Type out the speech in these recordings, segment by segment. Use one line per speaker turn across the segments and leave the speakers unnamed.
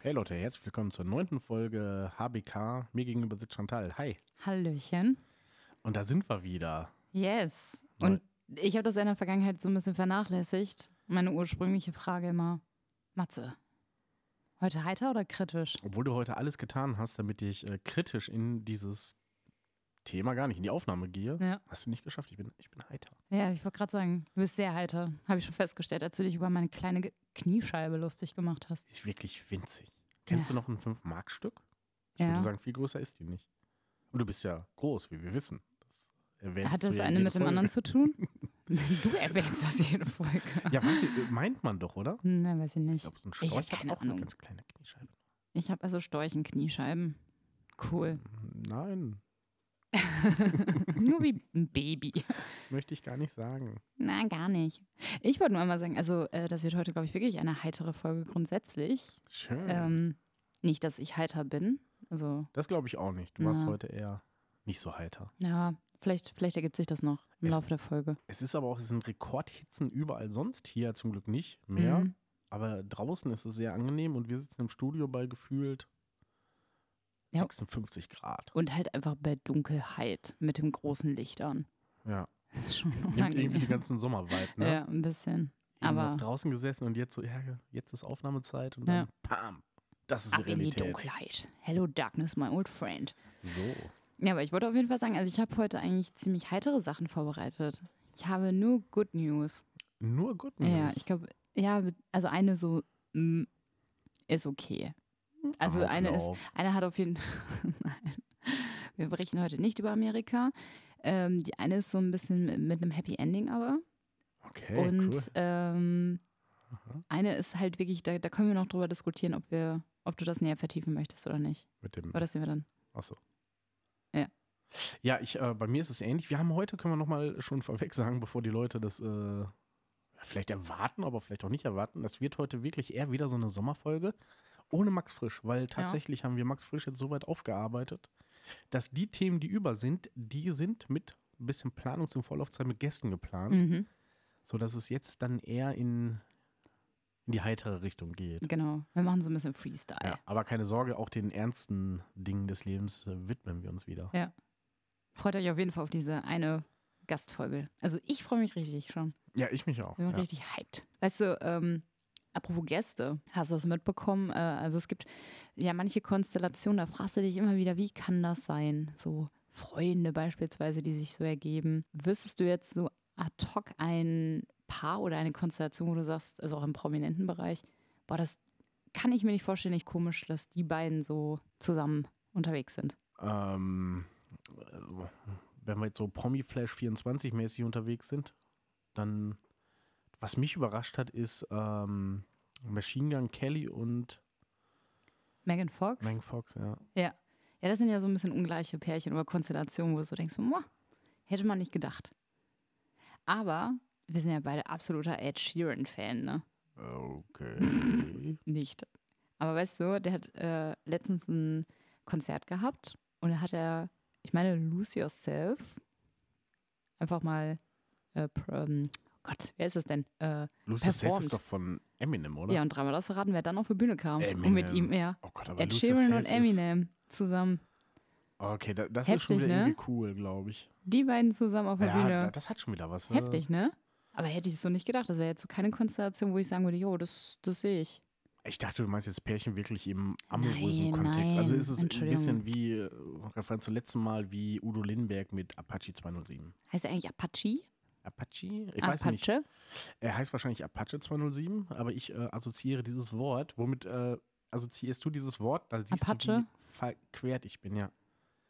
Hey Leute, herzlich willkommen zur neunten Folge HBK. Mir gegenüber sitzt Chantal. Hi.
Hallöchen.
Und da sind wir wieder.
Yes. Und ich habe das in der Vergangenheit so ein bisschen vernachlässigt. Meine ursprüngliche Frage immer: Matze, heute heiter oder kritisch?
Obwohl du heute alles getan hast, damit ich äh, kritisch in dieses Thema gar nicht in die Aufnahme gehe,
Ja.
hast du nicht geschafft. Ich bin, ich bin heiter.
Ja, ich wollte gerade sagen, du bist sehr heiter. Habe ich schon festgestellt, als du dich über meine kleine Ge- Kniescheibe lustig gemacht hast.
Die ist wirklich winzig. Kennst du noch ein 5-Mark-Stück? Ich
Ja.
würde sagen, viel größer ist die nicht. Und du bist ja groß, wie wir wissen. Das erwähnst
Hat
du
das
ja
eine
jede
mit dem
Folge.
anderen zu tun? Du erwähnst das jede Folge.
Ja, weiß ich, äh, meint man doch, oder?
Nein, weiß ich
Ich
nicht.
glaube, so ein
Ich hab
Storch hat
keine
auch eine
Ahnung.
ganz kleine Kniescheibe.
Ich habe also Storchenkniescheiben. Cool.
Hm, Nein,
Nur wie ein Baby.
möchte ich gar nicht sagen.
Na, gar nicht. Ich wollte nur einmal sagen, also äh, das wird heute, glaube ich, wirklich eine heitere Folge grundsätzlich.
Schön.
Ähm, nicht, dass ich heiter bin. Also,
Das glaube ich auch nicht. Du warst
Ja.
heute eher nicht so heiter.
ja, vielleicht, vielleicht ergibt sich das noch im
Es-
Laufe der Folge.
Es ist aber auch, es sind Rekordhitzen überall sonst hier zum Glück nicht mehr.
Mhm.
Aber draußen ist es sehr angenehm und wir sitzen im Studio bei gefühlt
Ja.
56 Grad.
Und halt einfach bei Dunkelheit mit dem großen Licht an.
Ja.
Das ist schon
Nimmt irgendwie
unangenehm.
den ganzen Sommervibe, ne?
Oh Ja, ein bisschen.
Eben
aber-
noch draußen gesessen und jetzt so, ja, jetzt ist Aufnahmezeit und dann
Ja.
pam. Das ist die
Ab in die
Realität.
Dunkelheit. Hello Darkness, my old friend.
So.
Ja, aber ich wollte auf jeden Fall sagen, also ich habe heute eigentlich ziemlich heitere Sachen vorbereitet. Ich habe nur Good News.
Nur Good
Ja,
News.
ich glaube, ja, also eine so mm, ist okay. Also
Hau
eine ist,
drauf.
eine hat auf jeden Nein. Wir berichten heute nicht über Amerika. Ähm, die eine ist so ein bisschen mit, mit einem Happy Ending aber.
Okay,
Und
cool.
ähm,
Aha.
eine ist halt wirklich, da, da können wir noch drüber diskutieren, ob wir, ob du das näher vertiefen möchtest oder nicht.
Mit dem
Aber das sehen wir dann.
Achso.
Ja.
Ja, ich, äh, bei mir ist es ähnlich. Wir haben heute, können wir nochmal schon vorweg sagen, bevor die Leute das äh, vielleicht erwarten, aber vielleicht auch nicht erwarten. Das wird heute wirklich eher wieder so eine Sommerfolge ohne Max Frisch, weil tatsächlich haben wir Max Frisch jetzt so weit aufgearbeitet, dass die Themen, die über sind, die sind mit ein bisschen Planungs- und Vorlaufzeit mit Gästen geplant,
Mhm,
sodass es jetzt dann eher in, in die heitere Richtung geht.
genau. Wir machen so ein bisschen Freestyle.
Ja, aber keine Sorge, auch den ernsten Dingen des Lebens äh, widmen wir uns wieder.
Freut euch auf jeden Fall auf diese eine Gastfolge. Also ich freue mich richtig schon.
Ja, ich mich auch.
Wir sind
Ja.
richtig hyped. Weißt du, ähm, apropos Gäste, hast du das mitbekommen? Äh, also es gibt ja manche Konstellationen, da fragst du dich immer wieder, wie kann das sein? So Freunde beispielsweise, die sich so ergeben. Wüsstest du jetzt so ad hoc ein Paar oder eine Konstellation, wo du sagst, also auch im prominenten Bereich, boah, das kann ich mir nicht vorstellen, nicht komisch, dass die beiden so zusammen unterwegs sind.
Ähm, äh, wenn wir jetzt so Promi-Flash 24-mäßig unterwegs sind, dann, was mich überrascht hat, ist ähm, Machine Gun Kelly und
Megan Fox?
Megan Fox, ja.
ja. Ja, das sind ja so ein bisschen ungleiche Pärchen oder Konstellationen, wo du so denkst, "Mua, hätte man nicht gedacht. Aber wir sind ja beide absoluter Ed Sheeran-Fan, ne?
Okay.
Nicht. Aber weißt du, der hat äh, letztens ein Konzert gehabt und da hat er, ich meine, Lose Yourself einfach mal, äh, pr- ähm, Gott, wer ist das denn? Äh,
Lucy Safe
Performt.
ist doch von Eminem, oder?
ja, und dreimal das raten, wer dann auf die Bühne kam. Und mit
Eminem.
ihm, ja.
Oh Gott, aber
Ed
Lucy
Sheeran
Safe
und Eminem zusammen.
Ist, okay, da, das ist schon
Heftig,
wieder
ne?
irgendwie cool, glaube ich.
Die beiden zusammen auf der
Ja,
Bühne.
da, das hat schon wieder was. äh,
Heftig, ne? Aber hätte ich so nicht gedacht. Das wäre jetzt so keine Konstellation, wo ich sagen würde, jo, das, das sehe ich.
Ich dachte, du meinst jetzt Pärchen wirklich im amorösen
Nein,
Kontext. Also
nein,
ist es ein
Entschuldigung.
bisschen wie, äh, Referenz zum letzten Mal, wie Udo Lindenberg mit Apache 207.
Heißt er eigentlich Apache?
Apache? Ich weiß nicht.
Apache?
Er heißt wahrscheinlich Apache 207, aber ich äh, assoziiere dieses Wort. Womit äh, assoziierst du dieses Wort? Da siehst du,
Apache?
wie verquert ich bin, ja.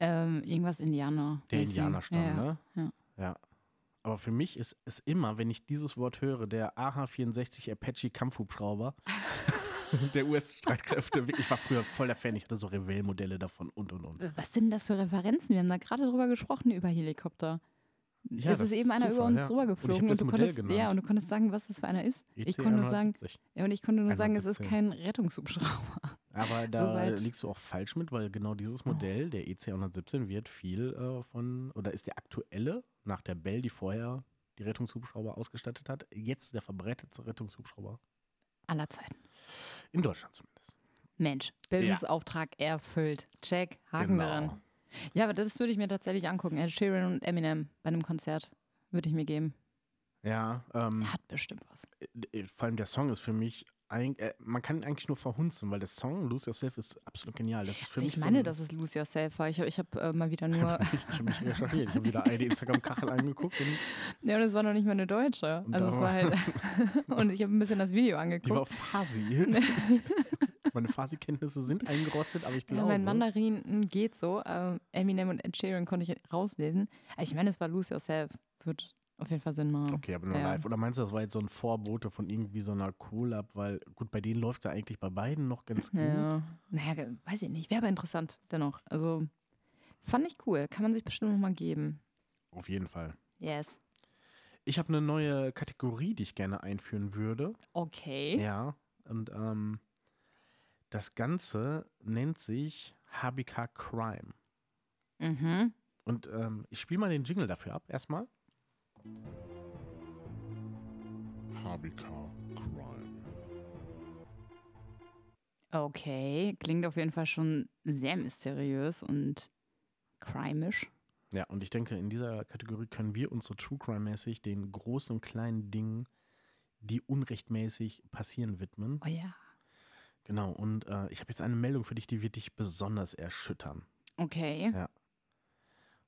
Ähm, irgendwas Indianer.
Der
Weiß ich.
Indianerstamm,
ja.
ne?
ja.
Ja. Aber für mich ist es immer, wenn ich dieses Wort höre, der AH-64 Apache Kampfhubschrauber der US-Streitkräfte. Ich war früher voll der Fan, ich hatte so Revell-Modelle davon und und und.
Äh, Was sind das für Referenzen? Wir haben da gerade drüber gesprochen, über Helikopter.
Ja,
es
das
ist eben
ist
einer über
Zufall,
uns
ja.
drüber geflogen
Und ich hab das
du
Modell
konntest,
genannt.
ja, und du konntest sagen, was das für einer ist. ich
EC
konnte nur sagen,
170.
ja, und ich konnte nur sagen, es ist
170.
kein Rettungshubschrauber.
Aber da
Soweit. Oh.
liegst du auch falsch mit, weil genau dieses Modell, der EC 117, wird viel äh, von, oder ist der aktuelle nach der Bell, die vorher die Rettungshubschrauber ausgestattet hat, jetzt der verbreitete Rettungshubschrauber.
Aller Zeiten.
In Deutschland zumindest.
Mensch, Bildungsauftrag erfüllt. Check, Haken
Genau.
daran. Ja, aber das würde ich mir tatsächlich angucken. Ed Sheeran und Eminem bei einem Konzert würde ich mir geben.
Ja, ähm,
Er hat bestimmt was.
äh, vor allem der Song ist für mich, ein, äh, man kann ihn eigentlich nur verhunzen, weil der Song Lose Yourself ist absolut genial. Das ist für
Also
mich
ich meine,
so ein-
dass es Lose Yourself war. Ich habe ich hab, äh, mal wieder nur.
Ich habe mich recherchiert. Ich habe wieder eine Instagram-Kachel angeguckt und
ja, und es war noch nicht mal eine deutsche.
Und
Also
da
es
war-
war halt. und ich habe ein bisschen das Video
die war
angeguckt.
auf Farsi. Meine Farsi-Kenntnisse sind eingerostet, aber ich
Ja,
glaube.
mein Mandarin hm, geht so. Ähm, Eminem und Ed Sheeran konnte ich rauslesen. Aber ich meine, es war Lose Yourself. Wird auf jeden Fall Sinn machen.
Okay, aber nur
Ja.
live. Oder meinst du, das war jetzt so ein Vorbote von irgendwie so einer Collab? Weil, gut, bei denen läuft es ja eigentlich bei beiden noch ganz gut.
Ja. Naja, ge- weiß ich nicht. Wäre aber interessant dennoch. Also fand ich cool. Kann man sich bestimmt nochmal geben.
Auf jeden Fall.
Yes.
Ich habe eine neue Kategorie, die ich gerne einführen würde.
Okay.
Ja. Und ähm, das Ganze nennt sich HBK Crime.
Mhm.
Und ähm, ich spiele mal den Jingle dafür ab, erstmal.
HBK Crime.
Okay. Klingt auf jeden Fall schon sehr mysteriös und crimisch.
Ja, und ich denke, in dieser Kategorie können wir uns so True Crime-mäßig den großen und kleinen Dingen, die unrechtmäßig passieren, widmen.
Oh ja.
Genau, und äh, ich habe jetzt eine Meldung für dich, die wird dich besonders erschüttern.
Okay.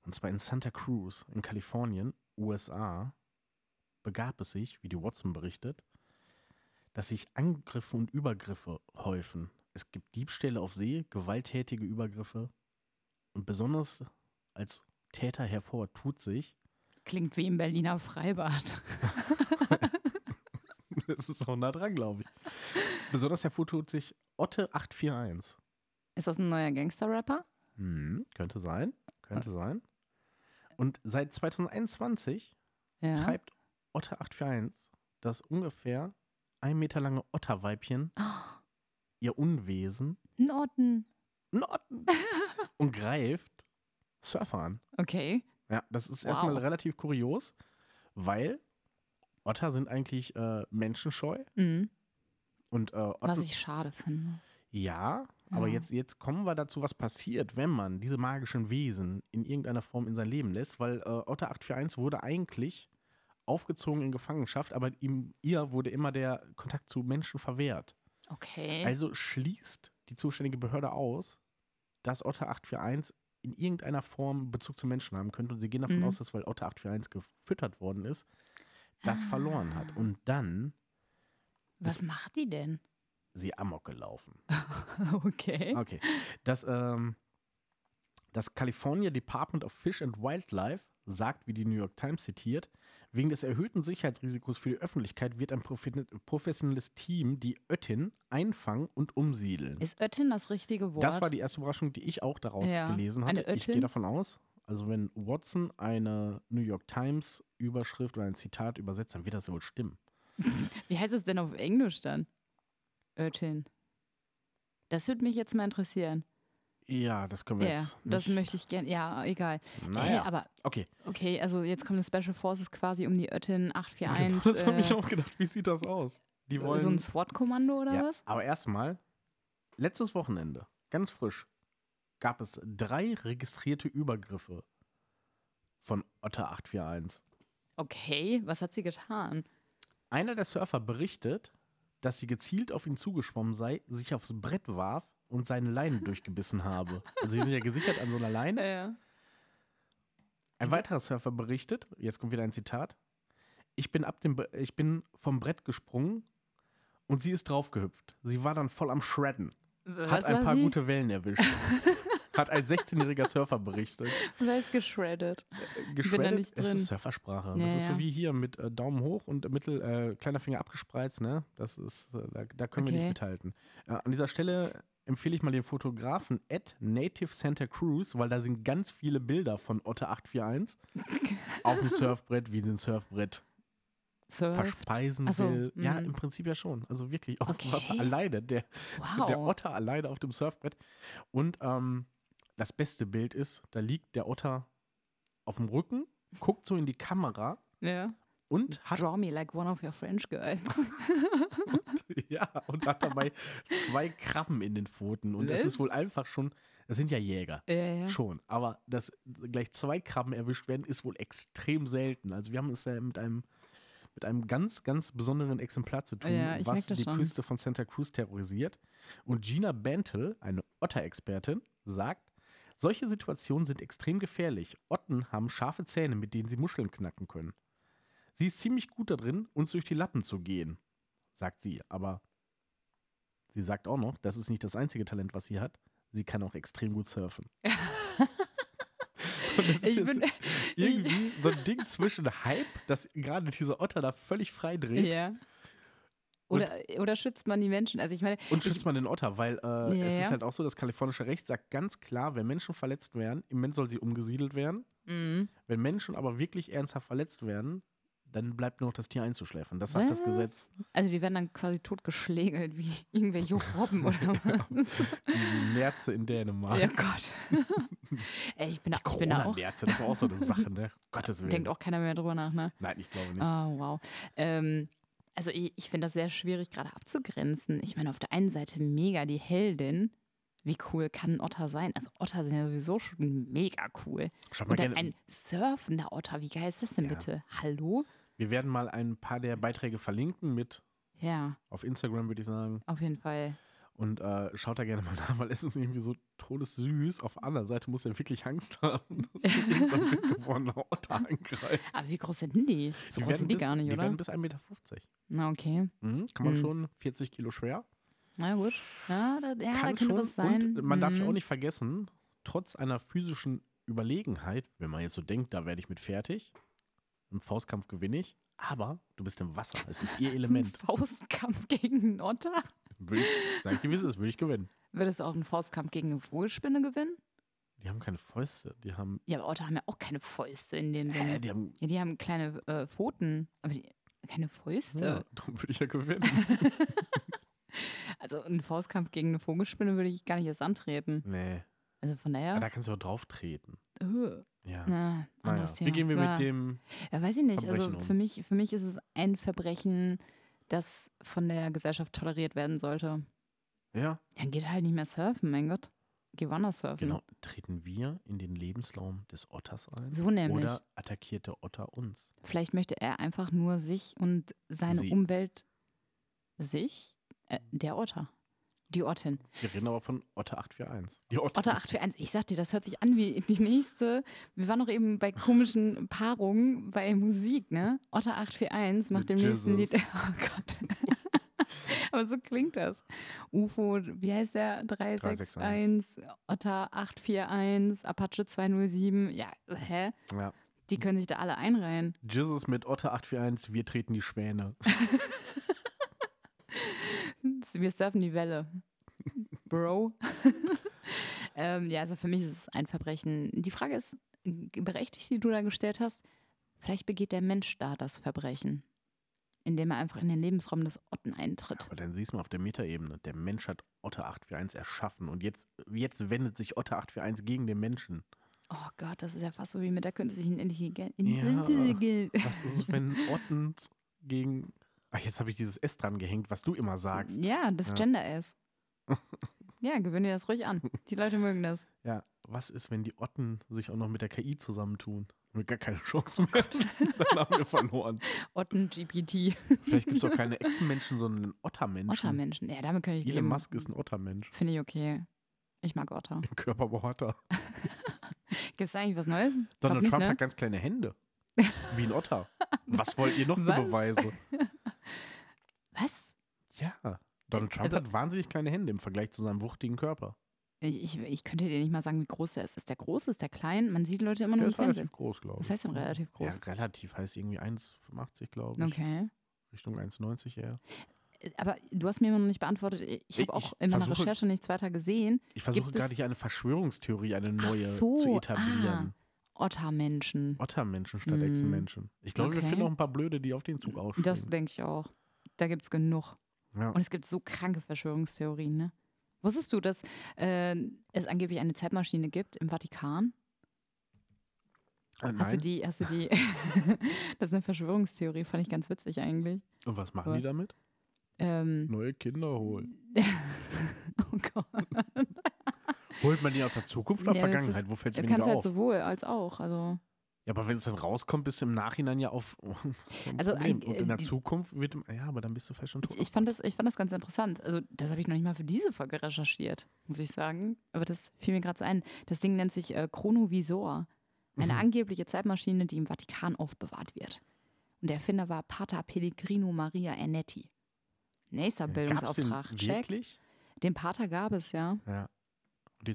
Und zwar in Santa Cruz in Kalifornien, USA, begab es sich, wie die Watson berichtet, dass sich Angriffe und Übergriffe häufen. Es gibt Diebstähle auf See, gewalttätige Übergriffe. Und besonders als Täter hervor tut sich,
Klingt wie im Berliner Freibad.
das ist auch nah dran, glaube ich, besonders hervor tut sich Otte 841.
Ist das ein neuer Gangster-Rapper?
Hm, könnte sein, könnte sein. Und seit 2021
Ja.
treibt Otter 841 das ungefähr ein Meter lange Otterweibchen
Oh,
ihr Unwesen
Norton.
Noten, und greift Surfer an.
Okay.
Ja, das ist
Wow.
erstmal relativ kurios, weil Otter sind eigentlich äh, menschenscheu
Mhm.
und äh, Otten,
Was ich schade finde.
ja, aber
Ja.
jetzt, jetzt kommen wir dazu, was passiert, wenn man diese magischen Wesen in irgendeiner Form in sein Leben lässt, weil äh, Otter 841 wurde eigentlich aufgezogen in Gefangenschaft, aber ihm, ihr wurde immer der Kontakt zu Menschen verwehrt.
Okay.
Also schließt die zuständige Behörde aus, dass Otter 841 in irgendeiner Form Bezug zu Menschen haben könnte. Und sie gehen davon
Mhm.
aus, dass weil Otter 841 gefüttert worden ist, das
Ah.
verloren hat. Und dann
Was macht die denn?
sie amok gelaufen.
Okay.
Okay. Das, ähm, das California Department of Fish and Wildlife sagt, wie die New York Times zitiert, wegen des erhöhten Sicherheitsrisikos für die Öffentlichkeit wird ein profi- professionelles Team die Öttin einfangen und umsiedeln.
Ist Öttin das richtige Wort?
Das war die erste Überraschung, die ich auch daraus
Ja.
gelesen
Eine
hatte. Ich gehe
Öttin?
davon aus, also wenn Watson eine New York Times Überschrift oder ein Zitat übersetzt, dann wird das ja wohl stimmen.
Wie heißt es denn auf Englisch dann? Öttin. Das würde mich jetzt mal interessieren.
Ja, das können wir
Ja,
jetzt.
das
nicht-
möchte ich gerne. Ja, egal. Äh,
Naja,
aber
okay.
okay, also jetzt kommt eine Special Forces quasi um die Öttin
Genau,
841.
das habe ich
äh,
auch gedacht. Wie sieht das aus? Die wollen.
so ein SWAT-Kommando oder
ja,
was?
Aber erstmal, letztes Wochenende, ganz frisch, gab es drei registrierte Übergriffe von Otter 841.
Okay, was hat sie getan?
Einer der Surfer berichtet, dass sie gezielt auf ihn zugeschwommen sei, sich aufs Brett warf und seine Leinen durchgebissen habe. Also sie sind ja gesichert an so einer Leine.
Ja.
Ein
Mhm.
weiterer Surfer berichtet, jetzt kommt wieder ein Zitat, ich bin, ab dem, Bre- ich bin vom Brett gesprungen und sie ist draufgehüpft. Sie war dann voll am Shredden.
Was
Hat ein
war
paar
sie?
gute Wellen erwischt. Hat ein 16-jähriger Surfer berichtet. äh,
Wer ist geschreddet?
geschreddet.
nicht
Es
drin.
ist Surfersprache.
Ja,
das ist so
ja.
wie hier mit äh, Daumen hoch und Mittel, äh, kleiner Finger abgespreizt. Ne? Das ist, äh, da, da können wir
Okay.
nicht mithalten. Äh, an dieser Stelle empfehle ich mal den Fotografen at Native Santa Cruz, weil da sind ganz viele Bilder von Otter 841 auf dem Surfbrett, wie sie ein Surfbrett
Surft.
verspeisen
Ach so,
will. Ja,
mhm.
im Prinzip ja schon. Also wirklich auf dem
Okay.
Wasser alleine. Der,
Wow.
der Otter alleine auf dem Surfbrett. Und ähm, das beste Bild ist, da liegt der Otter auf dem Rücken, guckt so in die Kamera
ja.
Und hat
Draw me like one of your French girls.
Ja, und hat dabei zwei Krabben in den Pfoten. Und es ist
Was?
wohl einfach schon, das sind ja Jäger.
ja, ja.
Schon. Aber dass gleich zwei Krabben erwischt werden, ist wohl extrem selten. Also wir haben es ja mit einem, mit einem ganz, ganz besonderen Exemplar zu tun,
Ja, ich
was
merk das
die
schon.
Küste von Santa Cruz terrorisiert. Und Gina Bantle, eine Otter-Expertin, sagt, solche Situationen sind extrem gefährlich. Otten haben scharfe Zähne, mit denen sie Muscheln knacken können. Sie ist ziemlich gut darin, uns durch die Lappen zu gehen, sagt sie. Aber sie sagt auch noch, das ist nicht das einzige Talent, was sie hat. Sie kann auch extrem gut surfen. Und das ist
Ich
jetzt
bin,
irgendwie so ein Ding zwischen Hype, dass gerade dieser Otter da völlig frei dreht
ja. Oder, oder schützt man die Menschen? Also ich meine,
und schützt man den Otter, weil äh, es ist
ja.
halt auch so, das kalifornische Recht sagt ganz klar, wenn Menschen verletzt werden, im Moment soll sie umgesiedelt werden.
Mhm.
Wenn Menschen aber wirklich ernsthaft verletzt werden, dann bleibt nur noch das Tier einzuschläfern. Das sagt das
Was?
Gesetz.
also die werden dann quasi totgeschlägelt wie irgendwelche Robben oder was.
Die Nerze in Dänemark.
ja Gott. Ey, ich bin da, ich bin da auch.
Corona-Nerze, das war auch so eine Sache, ne? Gottes Willen.
Denkt auch keiner mehr drüber nach, ne?
Nein, ich glaube nicht.
Ah, wow. Ähm, also ich, ich finde das sehr schwierig gerade abzugrenzen. Ich meine, auf der einen Seite mega die Heldin. Wie cool kann ein Otter sein? Also Otter sind ja sowieso schon mega cool.
Schaut mal
Und dann
gerne.
ein surfender Otter, wie geil ist das denn
Ja.
bitte? Hallo?
Wir werden mal ein paar der Beiträge verlinken mit
Ja,
auf Instagram, würde ich sagen.
auf jeden Fall.
Und äh, schaut da gerne mal nach, weil es ist irgendwie so todessüß. Auf der anderen Seite muss er wirklich Angst haben, dass er irgendein mitgewordener Otter angreift.
Aber wie groß sind denn die? So groß sind die
bis,
gar nicht,
die
oder?
werden bis 1,50 Meter.
Na, okay.
Mhm, kann man
Mhm.
schon 40 Kilo schwer.
Na gut. Ja, da, ja,
kann schon.
da könnte was sein.
Und man darf ja
Mhm.
auch nicht vergessen, trotz einer physischen Überlegenheit, wenn man jetzt so denkt, da werde ich mit fertig, im Faustkampf gewinne ich, aber du bist im Wasser. Es ist ihr
Ein
Element.
Faustkampf gegen einen Otter?
Würde ich, sag ich dir, wie es ist, würde ich gewinnen.
Würdest du auch einen Faustkampf gegen eine Vogelspinne gewinnen?
Die haben keine Fäuste, die haben.
Ja, aber Otter haben ja auch keine Fäuste in dem Sinne.
Äh, die haben.
Ja, die haben kleine äh, Pfoten, aber die, keine Fäuste.
Ja, darum würde ich ja gewinnen.
Also einen Faustkampf gegen eine Vogelspinne würde ich gar nicht erst antreten.
Nee.
Also von
Aber
daher.
Da kannst du auch drauf treten.
äh,
Ja.
Na,
naja.
anderes Thema.
Wie gehen wir
Ja.
mit dem.
Ja, weiß ich nicht.
Verbrechen
Also
um?
für mich, für mich ist es ein Verbrechen, das von der Gesellschaft toleriert werden sollte.
Ja,
Dann geht halt nicht mehr surfen, mein Gott. Geh woanders surfen.
genau. Treten wir in den Lebenslaum des Otters ein?
So nämlich.
Oder attackiert der Otter uns?
Vielleicht möchte er einfach nur sich und seine
Sie.
Umwelt sich, äh, der Otter, die Ottin.
Wir reden aber von Otter 841. Die Otter.
Otter 8 für 1. Ich sag dir, das hört sich an wie die nächste. Wir waren doch eben bei komischen Paarungen bei Musik, ne? Otter 8 für 1 macht dem nächsten Lied.
Jesus.
Oh Gott. Aber so klingt das. UFO, wie heißt der? 361, Otter 841, Apache 207. Ja, hä?
Ja.
Die können sich da alle einreihen.
Jesus mit Otter 841, wir treten die Schwäne.
Wir surfen die Welle. Bro. ähm, ja, also für mich ist es ein Verbrechen. Die Frage ist, berechtigt, die du da gestellt hast, vielleicht begeht der Mensch da das Verbrechen, indem er einfach in den Lebensraum des Otten eintritt.
Aber dann siehst du mal auf der Metaebene, der Mensch hat Otter 841 erschaffen und jetzt, jetzt wendet sich Otter 841 gegen den Menschen.
Oh Gott, das ist ja fast so wie mit der künstlichen Intelligenz.
Was ist es, wenn Otten gegen. Ach, jetzt habe ich dieses S dran gehängt, was du immer sagst.
Ja, das
Ja.
Gender ist. Ja, gewöhne dir das ruhig an. Die Leute mögen das.
Ja, was ist, wenn die Otten sich auch noch mit der KI zusammentun? Haben wir gar keine Chance mehr. Dann haben wir verloren.
Otten-GPT.
Vielleicht gibt es auch keine Echsenmenschen, sondern Ottermenschen.
Ottermenschen. Ja, damit könnte ich
Elon
leben.
Musk ist ein Ottermensch.
Finde ich okay. Ich mag Otter.
Im Körper war Otter.
Gibt es eigentlich was Neues?
Donald
nicht,
Trump
ne?
hat ganz kleine Hände. Wie ein Otter. Was wollt ihr noch für
Was?
Beweise?
Was?
Ja. Donald Trump
Also-
hat wahnsinnig kleine Hände im Vergleich zu seinem wuchtigen Körper.
Ich, ich, ich könnte dir nicht mal sagen, wie groß der ist. Ist der groß? Ist der klein? Man sieht die Leute immer
Der
nur im
ist relativ
Fernsehen.
groß, glaube ich.
Was heißt denn relativ groß?
Ja, relativ heißt irgendwie 1,85, glaube ich.
Okay.
Richtung 1,90 eher.
Aber du hast mir immer noch nicht beantwortet. Ich
Ich-
habe auch
ich
in meiner
versuche-
Recherche nichts weiter gesehen.
Ich versuche
Gibt es-
gerade hier eine Verschwörungstheorie, eine
Ach
neue
so, ah.
zu etablieren.
Ottermenschen.
Ottermenschen statt
Mm.
Echsenmenschen. Ich glaube, wir
Okay.
finden auch ein paar Blöde, die auf den Zug aufspringen.
Das denke ich auch. Da gibt es genug.
ja.
Und es gibt so kranke Verschwörungstheorien, ne? Wusstest du, dass äh, es angeblich eine Zeitmaschine gibt im Vatikan?
Ah,
Hast du
nein.
die, hast du die, das ist eine Verschwörungstheorie, fand ich ganz witzig eigentlich.
Und was machen die damit?
Ähm,
Neue Kinder holen.
oh Gott.
Holt man die aus der Zukunft oder
Ja, das
Vergangenheit? Wo fällt es
Du
weniger
kannst halt
auf?
sowohl als auch, also.
ja, aber wenn es dann rauskommt, bist du im Nachhinein ja auf. Das ist ja ein
Also
Problem.
ein-
Und in der
die-
Zukunft wird. Ja, aber dann bist du vielleicht schon tot.
Ich, ich, fand das, ich fand das ganz interessant. Also, das habe ich noch nicht mal für diese Folge recherchiert, muss ich sagen. Aber das fiel mir gerade so ein. Das Ding nennt sich äh, Chronovisor. Eine
Mhm.
angebliche Zeitmaschine, die im Vatikan aufbewahrt wird. Und der Erfinder war Pater Pellegrino Maria Ernetti. Nächster
Äh, Gab's den
Bildungsauftrag. Check.
Wirklich?
Den Pater gab es, ja.
Und,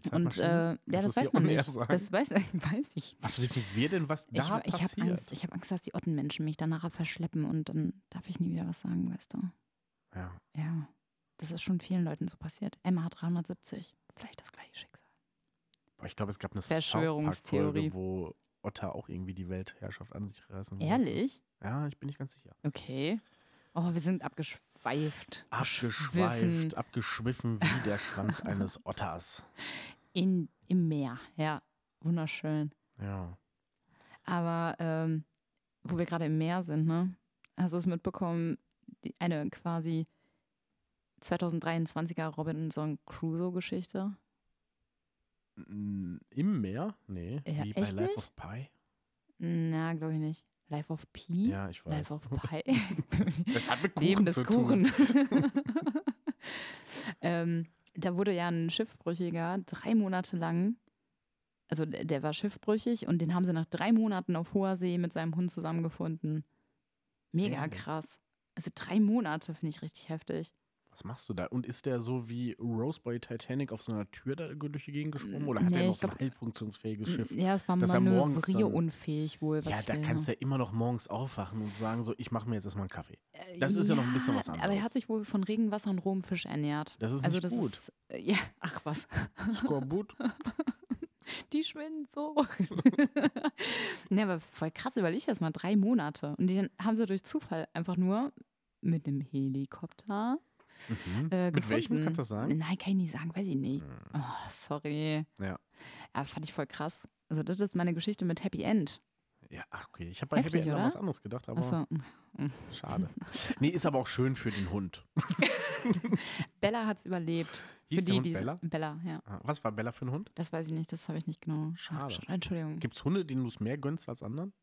die
Und äh,
Zeitmaschine? Kannst
ja, das
du hier
weiß man
on air
nicht.
sagen?
Das weiß, weiß ich.
was wissen wir denn, was
Ich,
da
ich habe
passiert?
Angst, ich hab Angst, dass die Ottenmenschen mich dann nachher verschleppen und dann darf ich nie wieder was sagen, weißt du.
Ja.
Ja, das ist schon vielen Leuten so passiert. Emma 370, vielleicht das gleiche Schicksal.
Boah, ich glaube, es gab eine
Verschwörungstheorie.
Verschwörungstheorie, wo Otter auch irgendwie die Weltherrschaft an sich reißen wollte.
Ehrlich?
Ja, ich bin nicht ganz sicher.
Okay. Oh, wir sind abgeschweift. Geschwiffen.
Abgeschweift, abgeschwiffen wie der Schwanz eines Otters.
In, Im Meer, ja. Wunderschön.
Ja.
Aber ähm, wo wir gerade im Meer sind, ne? Hast du es mitbekommen, die, eine quasi 2023er Robinson Crusoe-Geschichte?
N- Im Meer? Nee.
Ja,
wie bei
echt
Life
nicht?
of Pi?
Na, glaube ich nicht. Life of Pi?
Ja, ich weiß.
Life of Pi?
Das hat mit Kuchen
Leben des
zu tun.
Kuchen. ähm, da wurde ja ein Schiffbrüchiger drei Monate lang, also der, der war schiffbrüchig und den haben sie nach drei Monaten auf hoher See mit seinem Hund zusammengefunden. Mega
Ehrlich?
krass. Also drei Monate finde ich richtig heftig.
Was machst du da? Und ist der so wie Rose bei Titanic auf so einer Tür da durch die Gegend geschwommen? Oder hat
Nee,
er noch
ich
so ein
glaub-
halb funktionsfähiges Schiff?
Ja, es war
Dass er morgens dann-
manövrierunfähig wohl. Was
Ja,
ich
da
will,
kannst
ne?
du ja immer noch morgens aufwachen und sagen so, ich mache mir jetzt erstmal einen Kaffee.
Äh,
das ist ja noch ein bisschen was
Aber er
anderes.
hat sich wohl von Regenwasser und rohem Fisch ernährt.
Das ist
also
nicht
das
gut.
ist äh, ja, ach was.
Skorbut? Mhm.
die schwimmen so. ne, aber voll krass, überleg das mal, drei Monate. Und die dann haben sie durch Zufall einfach nur mit einem Helikopter
Mhm.
äh,
Mit
gefunden.
welchem kannst du das sagen?
Nein, kann ich nicht sagen, weiß ich nicht.
Hm.
Oh, sorry.
Ja.
Ja, fand ich voll krass. Also das ist meine Geschichte mit Happy End. Also,
Ja, ach okay. Ich habe bei Happy
Heftig,
End an
oder?
was anderes gedacht, aber
Achso.
schade. Nee, ist aber auch schön für den Hund.
Bella hat's überlebt.
Hieß der
Für die,
Hund
die
Bella?
Bella, ja.
Ah, Was war Bella für ein Hund?
Das weiß ich nicht, das habe ich nicht genau.
Schade.
nachgeschaut. Entschuldigung.
Gibt es Hunde, denen du es mehr gönnst als anderen?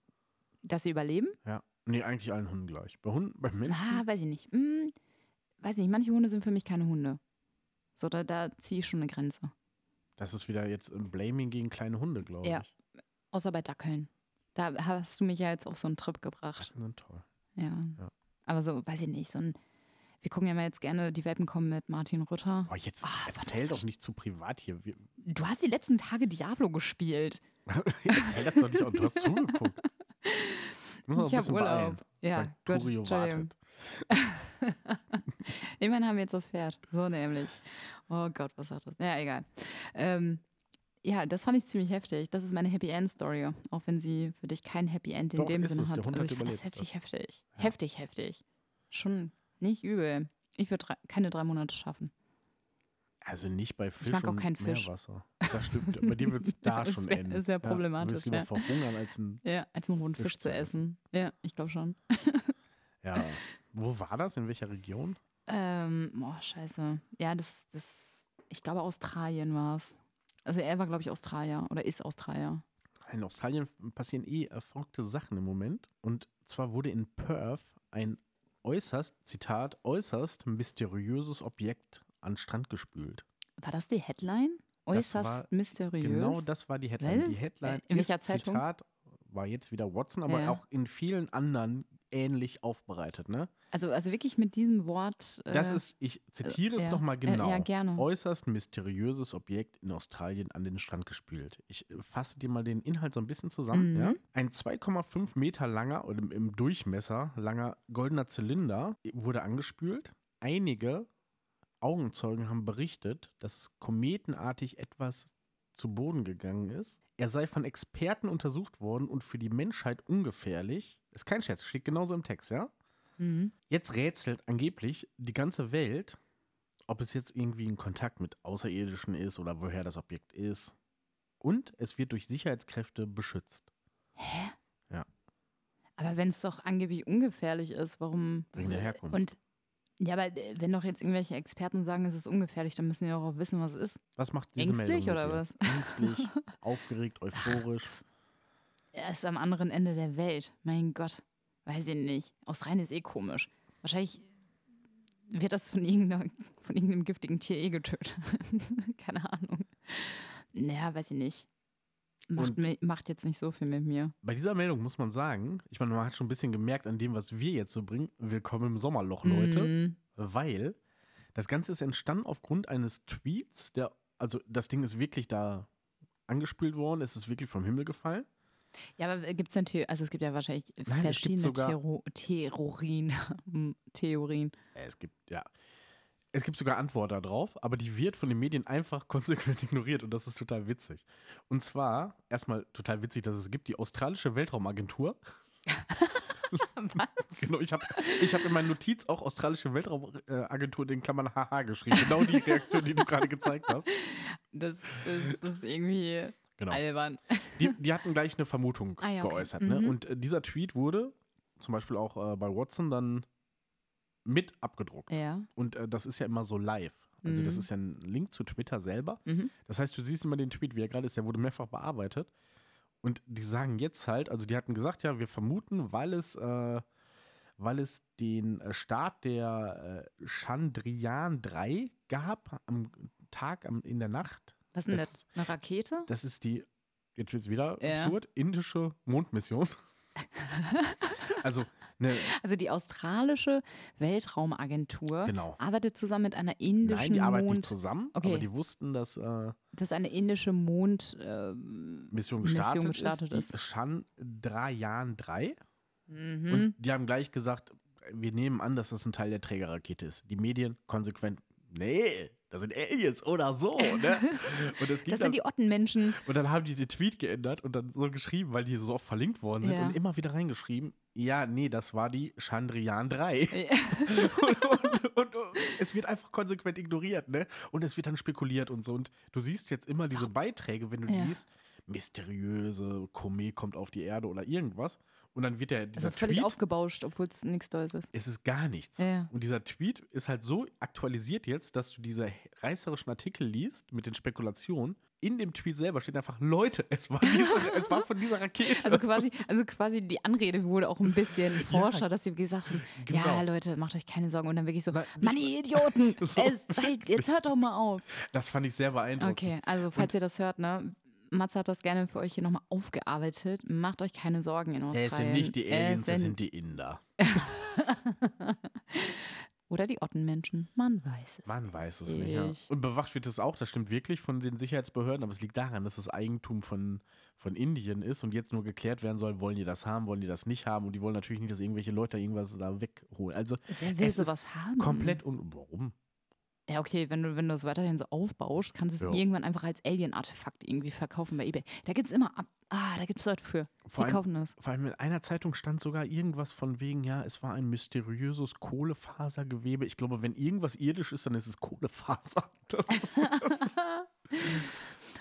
Dass sie überleben?
Ja. Nee, eigentlich allen Hunden gleich. Bei Hunden, bei Menschen?
Ah, weiß ich nicht. Hm, weiß ich nicht, manche Hunde sind für mich keine Hunde. So, da, da ziehe ich schon eine Grenze.
Das ist wieder jetzt ein Blaming gegen kleine Hunde, glaube
Ja.
ich.
Außer bei Dackeln. Da hast du mich ja jetzt auf so einen Trip gebracht.
Die Sind toll.
Ja.
Ja.
Aber so, weiß ich nicht, so ein. Wir gucken ja mal jetzt gerne die Welpen kommen mit Martin Rütter.
Oh, jetzt
Ah,
erzähl
fantastisch.
doch nicht zu privat hier. Wir-
Du hast die letzten Tage Diablo gespielt.
erzähl das doch nicht. Und du hast zugeguckt. Ich muss auch ein
hab
bisschen beeilen.
Ja,
Sagt,
gut.
Turio
Entschuldigung.
wartet.
Immerhin haben wir jetzt das Pferd. So nämlich. Oh Gott, was sagt das? Ja, egal. Ähm, ja, das fand ich ziemlich heftig. Das ist meine Happy End Story. Auch wenn sie für dich kein Happy End in
Doch,
dem
ist
Sinne
es. Der
hat.
Hund
Also
hat
ich fand das
überlebt.
heftig, heftig.
Ja.
Heftig, heftig. Schon nicht übel. Ich würde keine drei Monate schaffen.
Also nicht bei Fisch
mag auch
und
keinen Fisch.
Meerwasser. Das stimmt. Bei dir wird es da
Es
schon
wär-
enden.
es wär
Ja, du wirst
problematisch,
lieber
ja.
verhungern als ein
Ja, als einen rohen Fisch,
Fisch
zu
zu
essen. Ja, ich glaube schon.
Ja. Wo war das? In welcher Region?
Ähm, boah, scheiße. Ja, das, das, ich glaube Australien war es. Also er war, glaube ich, Australier oder ist Australier.
In Australien passieren eh äh, verrückte Sachen im Moment. Und zwar wurde in Perth ein äußerst, Zitat, äußerst mysteriöses Objekt an den Strand gespült.
War das die Headline?
Das war
Äußerst mysteriös.
Genau das war die Headline. Die
Was?
Headline
Äh, in welcher
ist,
Zeitung?
Zitat, war jetzt wieder Watson, aber
Ja.
auch in vielen anderen ähnlich aufbereitet. Ne?
Also, also wirklich mit diesem Wort. Äh,
Das ist, ich zitiere es
ja.
nochmal
Äh,
genau.
ja, gerne.
Äußerst mysteriöses Objekt in Australien an den Strand gespült. Ich äh, fasse dir mal den Inhalt so ein bisschen zusammen.
Mhm.
Ja? Ein 2,5 Meter langer oder im, im Durchmesser langer goldener Zylinder äh, wurde angespült. Einige Augenzeugen haben berichtet, dass es kometenartig etwas zu Boden gegangen ist. Er sei von Experten untersucht worden und für die Menschheit ungefährlich. Ist kein Scherz, steht genauso im Text, ja?
Mhm.
Jetzt rätselt angeblich die ganze Welt, ob es jetzt irgendwie ein Kontakt mit Außerirdischen ist oder woher das Objekt ist. Und es wird durch Sicherheitskräfte beschützt.
Hä?
Ja.
Aber wenn es doch angeblich ungefährlich ist, warum.
Wegen der Herkunft.
Äh, Und ja, aber äh, wenn doch jetzt irgendwelche Experten sagen, es ist ungefährlich, dann müssen die doch auch wissen, was es ist.
Was macht diese
Ängstlich
Meldung? mit
oder
dir?
was?
Ängstlich, aufgeregt, euphorisch.
Er ist am anderen Ende der Welt. Mein Gott. Weiß ich nicht. Australien ist eh komisch. Wahrscheinlich wird das von, irgendeiner, von irgendeinem giftigen Tier eh getötet. Keine Ahnung. Naja, weiß ich nicht. Macht,
Und-
mir, macht jetzt nicht so viel mit mir.
Bei dieser Meldung muss man sagen, ich meine, man hat schon ein bisschen gemerkt an dem, was wir jetzt so bringen. Willkommen im Sommerloch, Leute.
Mm,
weil das Ganze ist entstanden aufgrund eines Tweets, der, also das Ding ist wirklich da angespült worden, es ist wirklich vom Himmel gefallen.
Ja, aber gibt es denn Theorien? Also es gibt ja wahrscheinlich
gibt
verschiedene
sogar-
Theoro Theorien. Theorien.
Äh, Es gibt, ja. Es gibt sogar Antwort darauf, aber die wird von den Medien einfach konsequent ignoriert und das ist total witzig. Und zwar, erstmal total witzig, dass es gibt, die australische Weltraumagentur.
Was?
Genau, ich habe ich hab in meiner Notiz auch australische Weltraumagentur in den Klammern HH geschrieben. Genau die Reaktion, die du gerade gezeigt hast.
Das, das ist irgendwie
Genau.
albern.
Die, die hatten gleich eine Vermutung
Ah ja, okay.
geäußert. Ne?
Mhm.
Und äh, dieser Tweet wurde zum Beispiel auch äh, bei Watson dann mit abgedruckt.
Ja.
Und äh, das ist ja immer so live. Also das
Mhm.
ist ja ein Link zu Twitter selber.
Mhm.
Das heißt, du siehst immer den Tweet, wie er gerade ist. Der wurde mehrfach bearbeitet. Und die sagen jetzt halt, also die hatten gesagt, ja, wir vermuten, weil es, äh, weil es den äh, Start der äh, Chandrian 3 gab am Tag, am, in der Nacht
Was ist denn
Es-
das? Eine Rakete?
das ist die, jetzt wird es wieder
Ja.
absurd, indische Mondmission. also, ne,
Also die australische Weltraumagentur
genau.
arbeitet zusammen mit einer
Nein,
indischen
die arbeiten nicht
Mond.
zusammen, aber
Okay.
die wussten, dass äh,
Das ist eine indische Mond. Äh,
Mission
Mission
gestartet,
gestartet
ist.
ist.
Die Chandrayaan 3.
mhm.
Und die haben gleich gesagt, wir nehmen an, dass das ein Teil der Trägerrakete ist. Die Medien konsequent, nee, das sind Aliens oder so. Ne? Und das, ging
Das
dann,
sind die Ottenmenschen.
Und dann haben die den Tweet geändert und dann so geschrieben, weil die so oft verlinkt worden sind
Ja.
und immer wieder reingeschrieben, ja, nee, das war die Chandrian 3. und, und, und, und es wird einfach konsequent ignoriert, ne? Und es wird dann spekuliert und so. Und du siehst jetzt immer diese Beiträge, wenn du
Ja.
liest, mysteriöse Komet kommt auf die Erde oder irgendwas. Und dann wird der dieser
Also völlig
Tweet,
aufgebauscht, obwohl es nichts Tolles ist.
es ist gar nichts.
Ja, ja.
Und dieser Tweet ist halt so aktualisiert jetzt, dass du diese reißerischen Artikel liest mit den Spekulationen. In dem Tweet selber steht einfach, Leute, es war, diese, es war von dieser Rakete.
Also quasi, also quasi die Anrede wurde auch ein bisschen Forscher, dass sie gesagt haben, ja
genau.
Leute, macht euch keine Sorgen. Und dann wirklich so,
Nein,
Mann, ihr Idioten,
So,
es seid, jetzt hört doch mal auf.
das fand ich sehr beeindruckend.
Okay, also falls ihr das hört, ne? Matze hat das gerne für euch hier nochmal aufgearbeitet. Macht euch keine Sorgen in Australien.
Es sind nicht die Aliens,
Es
es
sind-
sind die Inder.
Oder die Ottenmenschen. Man weiß es.
Man weiß es nicht. Ja.
Ich-
Und bewacht wird es auch, das stimmt wirklich von den Sicherheitsbehörden, aber es liegt daran, dass es Eigentum von, von Indien ist und jetzt nur geklärt werden soll, wollen die das haben, wollen die das nicht haben und die wollen natürlich nicht, dass irgendwelche Leute irgendwas da wegholen. Also
Wer will
Es ist
sowas haben?
komplett und warum?
Ja, okay, wenn du, wenn du es weiterhin so aufbaust, kannst du es
Ja.
irgendwann einfach als Alien-Artefakt irgendwie verkaufen bei Ebay. Da gibt es immer ab. Ah, da gibt es Leute für.
Vor
die
allem-
kaufen das.
Vor allem in einer Zeitung stand sogar irgendwas von wegen, ja, es war ein mysteriöses Kohlefasergewebe. Ich glaube, wenn irgendwas irdisch ist, dann ist es Kohlefaser. Das ist, das ist,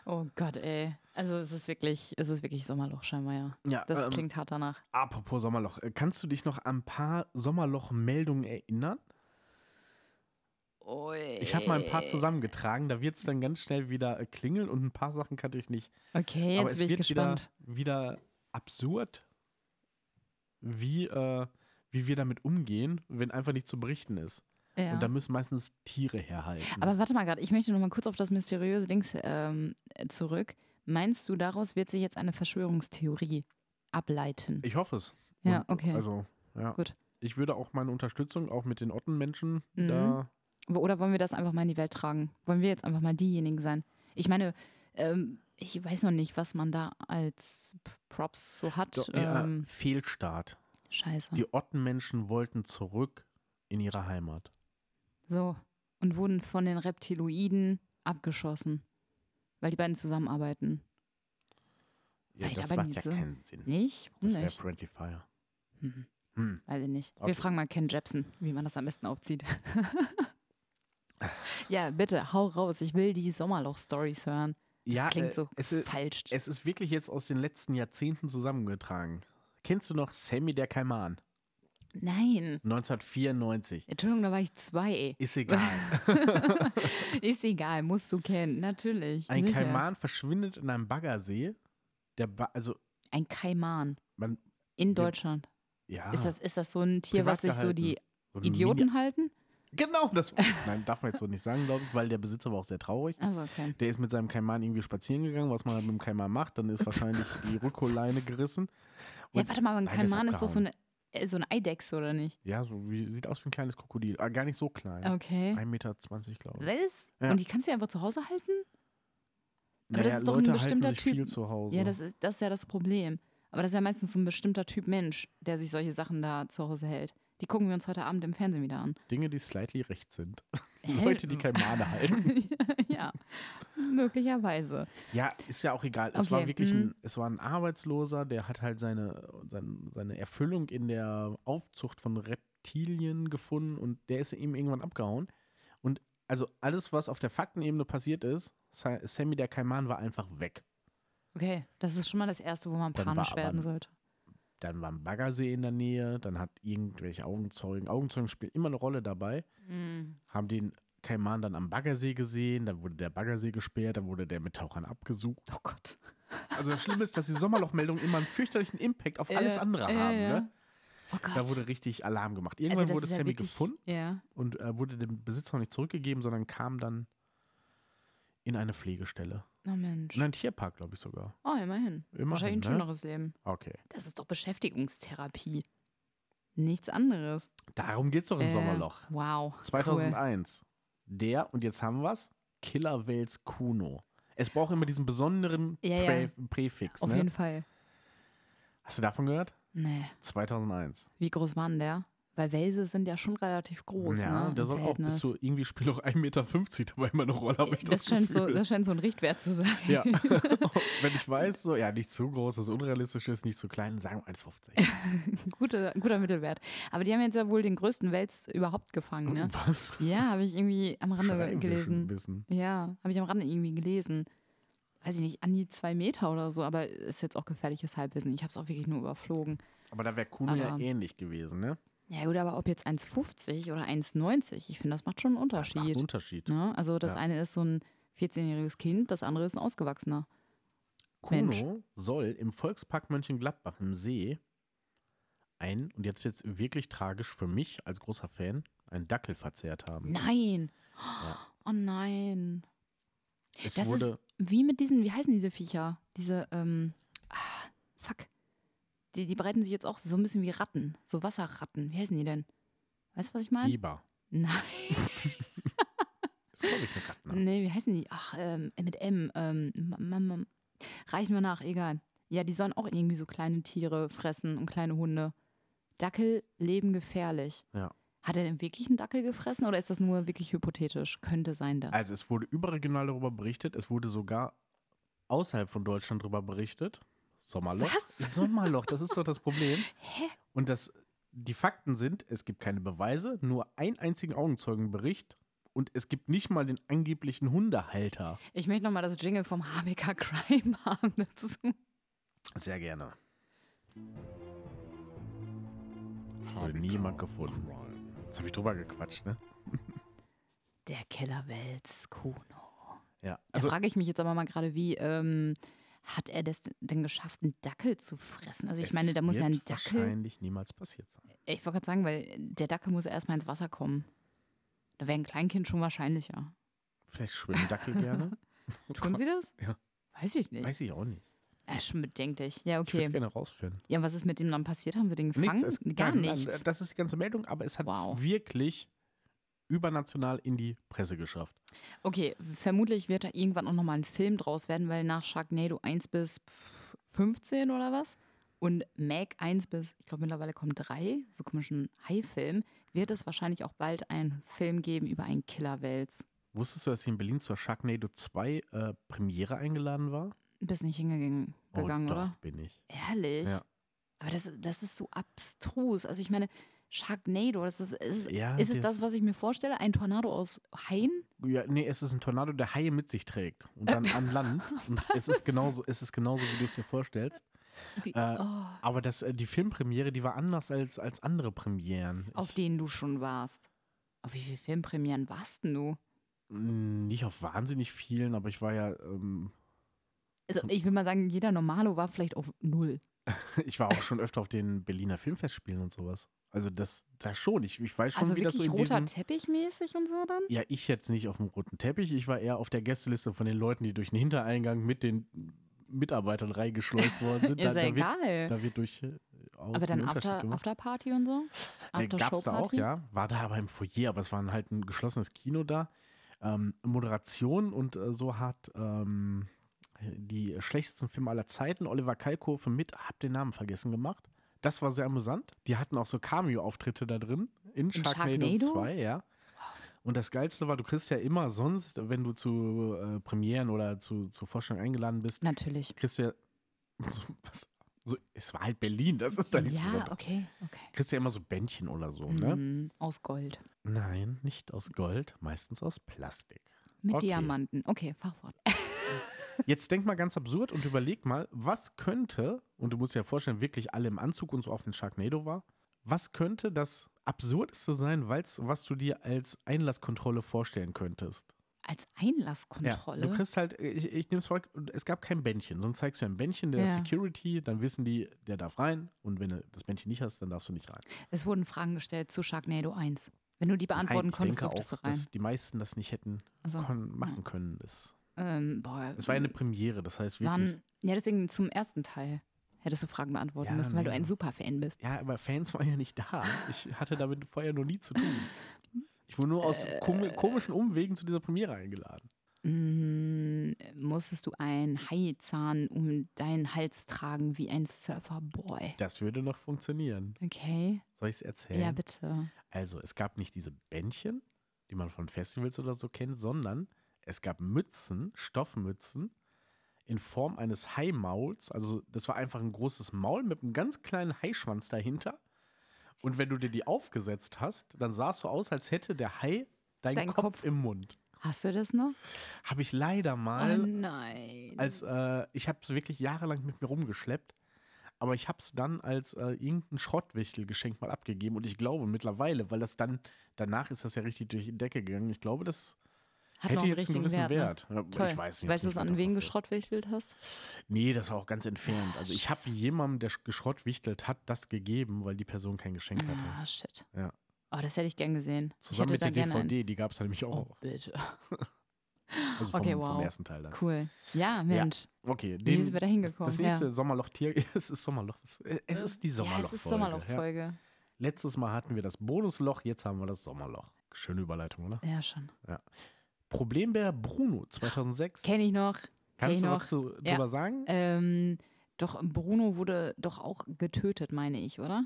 Oh Gott, ey. Also es ist wirklich, es ist wirklich Sommerloch scheinbar, ja.
ja,
Das
ähm,
klingt hart danach.
Apropos Sommerloch, äh, kannst du dich noch an ein paar Sommerloch-Meldungen erinnern? Ich habe mal ein
Äh.
paar zusammengetragen, da wird es dann ganz schnell wieder äh, klingeln und ein paar Sachen kannte ich nicht.
Okay,
Aber
jetzt
es
bin ich
wird
gespannt.
Wieder, wieder absurd, wie, äh, wie wir damit umgehen, wenn einfach nichts zu berichten ist.
Ja.
Und da müssen meistens Tiere herhalten.
Aber warte mal gerade, ich möchte noch mal kurz auf das mysteriöse Dings ähm, zurück. Meinst du, daraus wird sich jetzt eine Verschwörungstheorie ableiten?
ich hoffe es.
ja,
Und,
okay.
Also, ja.
Gut.
Ich würde auch meine Unterstützung auch mit den Ottenmenschen
Mhm.
da.
Wo- Oder wollen wir das einfach mal in die Welt tragen? Wollen wir jetzt einfach mal diejenigen sein? Ich meine, ähm, ich weiß noch nicht, was man da als P- Props so hat.
Doch, ja, äh,
ähm,
Fehlstart.
Scheiße.
Die Ottenmenschen wollten zurück in ihre Heimat.
So. Und wurden von den Reptiloiden abgeschossen. Weil die beiden zusammenarbeiten.
Ja,
Vielleicht
das
aber
macht ja
Nietzsche.
keinen Sinn.
Nicht? Warum
Das wäre
nicht?
Friendly Fire.
Hm,
Hm.
weiß ich nicht.
Okay.
Wir fragen mal Ken Jepsen, wie man das am besten aufzieht. ja, bitte, hau raus. Ich will die Sommerloch-Stories hören. Das
ja,
klingt
äh,
so
es, ist-
falsch.
es ist wirklich jetzt aus den letzten Jahrzehnten zusammengetragen. Kennst du noch Sammy der Kaiman?
Nein.
1994.
Entschuldigung, da war ich zwei.
Ist egal.
Ist egal, musst du kennen, natürlich.
Ein
sicher.
Kaiman verschwindet in einem Baggersee. Der ba also,
Ein Kaiman.
man,
In
Ja.
Deutschland.
ja.
Ist, das, ist das so ein Tier, was sich
Privat
so die
so ein
Idioten halten?
Mini genau, das. Nein, darf man jetzt so nicht sagen, glaube ich, weil der Besitzer war auch sehr traurig.
Also, okay.
Der ist mit seinem Kaiman irgendwie spazieren gegangen, was man halt mit dem Kaiman macht. Dann ist wahrscheinlich die Rückholleine gerissen.
Ja, warte mal, aber ein
Nein, der ist
Kaiman ist doch so
abgehauen.
eine, äh, so eine Eidechse, oder nicht?
Ja, so wie, sieht aus wie ein kleines Krokodil. Ah, gar nicht so klein.
Okay.
1,20 Meter, glaube ich.
Was?
Ja.
Und die kannst du einfach zu Hause halten? aber das ist doch ein
Leute halten
bestimmter
sich
Typ.
viel zu Hause.
Ja, das ist, das ist ja das Problem. Aber das ist ja meistens so ein bestimmter Typ Mensch, der sich solche Sachen da zu Hause hält. Die gucken wir uns heute Abend im Fernsehen wieder an.
Dinge, die slightly rechts sind.
Hä?
Leute, die Kaimane halten.
ja, möglicherweise.
Ja, ist ja auch egal. Es
Okay,
war wirklich
mhm.
ein, es war ein Arbeitsloser, der hat halt seine, sein, seine Erfüllung in der Aufzucht von Reptilien gefunden und der ist ihm irgendwann abgehauen. Und also alles, was auf der Faktenebene passiert ist, Sa- Sammy der Kaiman war einfach weg.
Okay, das ist schon mal das Erste, wo man
Dann war
panisch
aber
werden
ein-
sollte.
Dann war ein Baggersee in der Nähe, dann hat irgendwelche Augenzeugen, Augenzeugen spielen immer eine Rolle dabei,
Mm.
haben den Kaiman dann am Baggersee gesehen, dann wurde der Baggersee gesperrt, dann wurde der mit Tauchern abgesucht.
Oh Gott.
Also das Schlimme ist, dass die Sommerlochmeldungen immer einen fürchterlichen Impact auf alles
Äh,
andere
äh,
haben.
ja.
Ne?
Oh Gott.
Da wurde richtig Alarm gemacht.
Also
Irgendwann
das
wurde
ist ja
Sammy
wirklich-
gefunden
Ja.
und äh, wurde dem Besitzer auch nicht zurückgegeben, sondern kam dann in eine Pflegestelle.
Oh Mensch.
In einen Tierpark, glaube ich sogar.
Oh, immerhin. Wahrscheinlich
Ne? Immerhin,
ein
ne?
schöneres Leben.
Okay.
Das ist doch Beschäftigungstherapie. Nichts anderes.
Darum geht's doch im
Äh,
Sommerloch.
Wow.
2001. Der, und jetzt haben wir's, Killer Wales Kuno. Es braucht immer diesen besonderen
Ja,
Prä
ja.
Präfix.
Cool. Auf
Ne?
jeden Fall.
Hast du davon gehört?
Nee.
2001.
Wie groß war denn der? Weil Wälse sind ja schon relativ groß.
ja,
ne? im
der soll auch bis
Verhältnis. Äh,
zu irgendwie spielt auch 1,50 Meter dabei immer eine Rolle, habe ich das,
das, scheint so,
Gefühl.
das scheint so ein Richtwert zu sein.
Ja. Wenn ich weiß, so, ja, nicht zu groß, das unrealistisch ist, nicht zu klein, sagen wir 1,50.
Guter, guter Mittelwert. Aber die haben jetzt ja wohl den größten Wels überhaupt gefangen, ne?
Was?
Ja, habe ich irgendwie am Rande
Schreiben wir schon
gelesen.
Wissen.
Ja, habe ich am Rande irgendwie gelesen. Weiß ich nicht, an die zwei Meter oder so, aber ist jetzt auch gefährliches Halbwissen. Ich habe es auch wirklich nur überflogen.
Aber da wäre Kuno ja
Aber-
ähnlich gewesen, ne?
Ja gut, aber ob jetzt 1,50 oder 1,90, ich finde, das macht schon einen
Das macht einen
Unterschied.
Unterschied.
Ne? Also das
Ja.
eine ist so ein 14-jähriges Kind, das andere ist ein Ausgewachsener.
Kuno
Mensch.
soll im Volkspark Mönchengladbach im See ein, und jetzt wird es wirklich tragisch für mich als großer Fan, einen Dackel verzehrt haben.
Nein!
Mhm. Ja.
Oh nein.
Es
Das
wurde,
ist wie mit diesen, wie heißen diese Viecher? Diese, ähm, ah, fuck. Die, die breiten sich jetzt auch so ein bisschen wie Ratten, so Wasserratten. Wie heißen die denn? Weißt du, was ich meine?
Biber.
Nein.
Ist, glaube ich, eine Ratten.
Nee, wie heißen die? Ach, ähm, mit M. Ähm, ma- ma- ma- reichen wir nach, egal. Ja, die sollen auch irgendwie so kleine Tiere fressen und kleine Hunde. Dackel leben gefährlich.
Ja.
Hat er denn wirklich einen Dackel gefressen oder ist das nur wirklich hypothetisch? Könnte sein, dass.
Also es wurde überregional darüber berichtet, es wurde sogar außerhalb von Deutschland darüber berichtet. Sommerloch.
Was?
Sommerloch, das ist doch das Problem. Und das, die Fakten sind, es gibt keine Beweise, nur einen einzigen Augenzeugenbericht und es gibt nicht mal den angeblichen Hundehalter.
ich möchte nochmal das Jingle vom HBK Crime haben dazu.
Sehr gerne.
Habe
niemand gefunden.
Crime.
Jetzt habe ich drüber gequatscht, ne?
Der Keller Wels Kuno.
Ja.
Da
Also
frage ich mich jetzt aber mal gerade, wie ähm, hat er das denn geschafft, einen Dackel zu fressen? Also ich
es
meine, da muss ja ein
wird
Dackel.
wahrscheinlich niemals passiert sein.
Ich wollte gerade sagen, weil der Dackel muss ja erstmal ins Wasser kommen. Da wäre ein Kleinkind schon wahrscheinlicher.
Vielleicht schwimmen Dackel gerne.
Tun Sie das?
Ja.
Weiß ich nicht.
Weiß ich auch nicht.
Äh, schon bedenklich. Ja,
Ich würde
okay.
es gerne rausfinden.
Ja, und was ist mit dem dann passiert? Haben Sie den gefangen?
Nichts, es,
Gar
nein, nein,
nichts.
das ist die ganze Meldung, aber es hat
Wow.
es wirklich übernational in die Presse geschafft.
Okay, vermutlich wird da irgendwann auch nochmal ein Film draus werden, weil nach Sharknado 1 bis pff, 15 oder was und Meg 1 bis, ich glaube mittlerweile kommen drei, so komischen Hai-Film, wird es wahrscheinlich auch bald einen Film geben über einen Killerwels.
Wusstest du, dass sie in Berlin zur Sharknado 2 äh, Premiere eingeladen war?
Bist nicht hingegangen, gegangen,
oh, doch,
oder?
bin ich.
Ehrlich?
Ja.
Aber das, das ist so abstrus. Also ich meine, Sharknado. Das ist, ist,
Ja,
ist es
der-
das, was ich mir vorstelle? Ein Tornado aus Haien?
Ja, nee, es ist ein Tornado, der Haie mit sich trägt und dann an Land. Und es ist genauso, es ist genauso, wie du es dir vorstellst.
Wie,
Äh,
oh,
Aber das, äh, die Filmpremiere, die war anders als, als andere Premieren.
auf
ich,
denen du schon warst. Auf wie viele Filmpremieren warst denn du?
mh, nicht auf wahnsinnig vielen, aber ich war ja, ähm,
Also ich will mal sagen, jeder Normalo war vielleicht auf null.
ich war auch schon öfter auf den Berliner Filmfestspielen und sowas. Also das, das schon. Ich, ich weiß schon,
also
wie das
wirklich
so in
roter
diesem,
Teppich mäßig und so dann?
Ja, ich jetzt nicht auf dem roten Teppich. Ich war eher auf der Gästeliste von den Leuten, die durch den Hintereingang mit den Mitarbeitern reingeschleust worden sind.
Ist ja
wird,
egal.
da wird durch äh, außen
aber dann
einen Unterschied
After,
gemacht.
Afterparty und so?
Äh,
After
gab's da auch, ja. War da aber im Foyer, aber es war ein- halt ein geschlossenes Kino da. Ähm, Moderation und äh, so hat ähm, die schlechtesten Filme aller Zeiten, Oliver Kalkofe mit, hab den Namen vergessen gemacht. Das war sehr amüsant. Die hatten auch so Cameo-Auftritte da drin in, Sharknado,
Sharknado?
2, ja. Und das Geilste war, du kriegst ja immer sonst, wenn du zu äh, Premieren oder zu, zu Vorstellungen eingeladen bist,
Natürlich.
kriegst du ja so was. So, es war halt Berlin, das ist da nichts
ja,
Besonderes.
okay, okay.
Kriegst ja immer so Bändchen oder so, ne?
Mm, aus Gold.
Nein, nicht aus Gold, meistens aus Plastik.
Mit
Okay.
Diamanten. Okay, Fachwort.
Jetzt denk mal ganz absurd und überleg mal, was könnte, und du musst dir ja vorstellen, wirklich alle im Anzug und so auf den Sharknado war, was könnte das Absurdeste sein, weil's, was du dir als Einlasskontrolle vorstellen könntest?
Als
Ja,
Einlasskontrolle.
du kriegst halt, ich, ich nehme es vorweg, es gab kein Bändchen, sonst zeigst du ein Bändchen der
Ja.
Security, dann wissen die, der darf rein und wenn du das Bändchen nicht hast, dann darfst du nicht rein.
es wurden Fragen gestellt zu Sharknado 1. Wenn du die beantworten
Nein, ich
konntest,
denke
durftest du
auch,
rein.
dass die meisten das nicht hätten
Also,
kon- machen können. Das
ähm, boah,
Es war ja eine Premiere, das heißt wirklich.
waren, Ja, deswegen zum ersten Teil hättest du Fragen beantworten
Ja,
müssen, weil du
mega.
ein Superfan bist.
ja, aber Fans waren ja nicht da. Ich hatte damit vorher noch nie zu tun. Ich wurde nur aus
Äh,
komi- komischen Umwegen zu dieser Premiere eingeladen.
Mm, musstest du einen Haizahn um deinen Hals tragen wie ein Surferboy?
Das würde noch funktionieren.
Okay.
Soll ich es erzählen?
Ja, bitte.
Also, es gab nicht diese Bändchen, die man von Festivals oder so kennt, sondern es gab Mützen, Stoffmützen in Form eines Haimauls. Also, das war einfach ein großes Maul mit einem ganz kleinen Haischwanz dahinter. Und wenn du dir die aufgesetzt hast, dann sah es so aus, als hätte der Hai deinen
Dein
Kopf,
Kopf.
im Mund.
Hast du das noch?
Habe ich leider
oh
mal,
nein.
als äh, ich habe es wirklich jahrelang mit mir rumgeschleppt, aber ich habe es dann als äh, irgendein Schrottwichtel geschenkt mal abgegeben und ich glaube mittlerweile, weil das dann danach ist das ja richtig durch die Decke gegangen. Ich glaube, das
Hat
hätte
noch einen
jetzt einen
richtigen
gewissen
ne?
Wert. Ja,
Toll.
Ich weiß nicht.
weißt du
ob's
es
einen Wert
an wen
hat.
geschrottwichtelt hast?
Nee, das war auch ganz entfernt. Also ich habe
Ah, Scheiße.
jemandem, der sch- geschrottwichtelt hat, das gegeben, weil die Person kein Geschenk hatte.
Ah, shit.
Ja.
Oh, das hätte ich gern gesehen.
Zusammen
ich
mit
hätte
der
da gerne
DVD, die gab es nämlich
einen-
auch.
Oh, bitte.
Also vom,
Okay,
vom
wow.
ersten Teil dann.
Cool. Ja, Mensch.
Okay,
Wie sind wir da hingekommen?
das nächste
ja.
Sommerloch Tier. Es ist Sommerloch. Es- Es ist die
ja,
Sommerloch.
es ist
Ja.
Sommerlochfolge.
Letztes Mal hatten wir das Bonusloch, jetzt haben wir das Sommerloch. Schöne Überleitung, oder?
Ja. schon.
Problembär Bruno 2006.
Kenne ich noch.
Kannst
ich
du
noch.
was zu,
Ja.
drüber sagen?
Ähm, doch Bruno wurde doch auch getötet, meine ich, oder?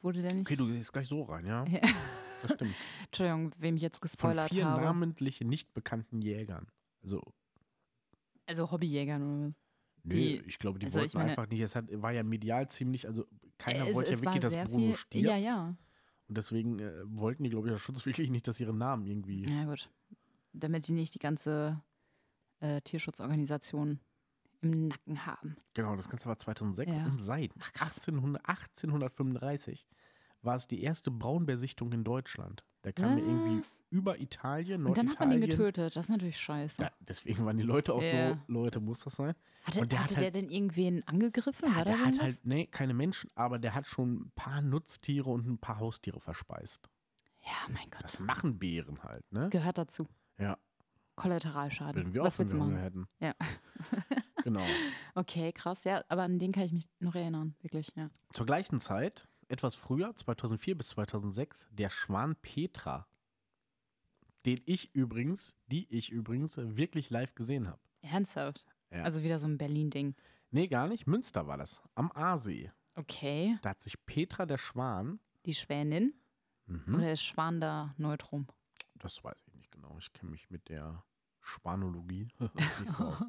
Wurde der nicht?
Okay, du gehst gleich so rein, ja.
Ja.
Das stimmt.
Entschuldigung, wem ich jetzt
Von
gespoilert
vier
habe.
namentlich nicht bekannten Jägern. Also,
Also Hobbyjägern oder was?
nö,
Die-
ich glaube, die
also ich
wollten
meine-
einfach nicht. Es hat, war ja medial ziemlich, also keiner
es,
wollte
es
ja wirklich,
war
dass
sehr
Bruno
viel,
stirbt.
Ja, ja.
Und deswegen äh, wollten die, glaube ich, ja schon wirklich nicht, dass ihre Namen irgendwie.
Na gut. Damit die nicht die ganze äh, Tierschutzorganisation im Nacken haben.
Genau, das Ganze war 2006
Ja.
und seit
Ach, krass.
1800, 1835 war es die erste Braunbärsichtung in Deutschland. Da kam der irgendwie
Was?
über Italien,
Und
Norditalien.
dann hat man den getötet. Das ist natürlich scheiße.
Ja, deswegen waren die Leute auch so,
Ja.
Leute, muss das sein?
Hatte,
Und der hat
hatte
halt-
der denn irgendwen angegriffen? War da
der
denn
hat
was?
halt, nee, keine Menschen, aber der hat schon ein paar Nutztiere und ein paar Haustiere verspeist.
ja, mein Gott.
Das machen Bären halt, ne?
Gehört dazu.
Ja, würden
Kollateralschaden.
wir auch,
Genau. Was
wenn
willst
wir
du
Hunger
machen?
hätten.
Ja.
genau.
Okay, krass. Ja, aber an den kann ich mich noch erinnern. Wirklich, ja.
Zur gleichen Zeit, etwas früher, 2004 bis 2006, der Schwan Petra, den ich übrigens, die ich übrigens äh, wirklich live gesehen habe.
Ernsthaft.
Ja.
Also wieder so ein Berlin-Ding.
Nee, gar nicht, Münster war das, am Aasee.
Okay.
Da hat sich Petra der Schwan,
Die Schwänin
mhm,
oder ist Schwan da neutrum?
das weiß ich nicht genau, ich kenne mich mit der Schwanologie nicht so aus.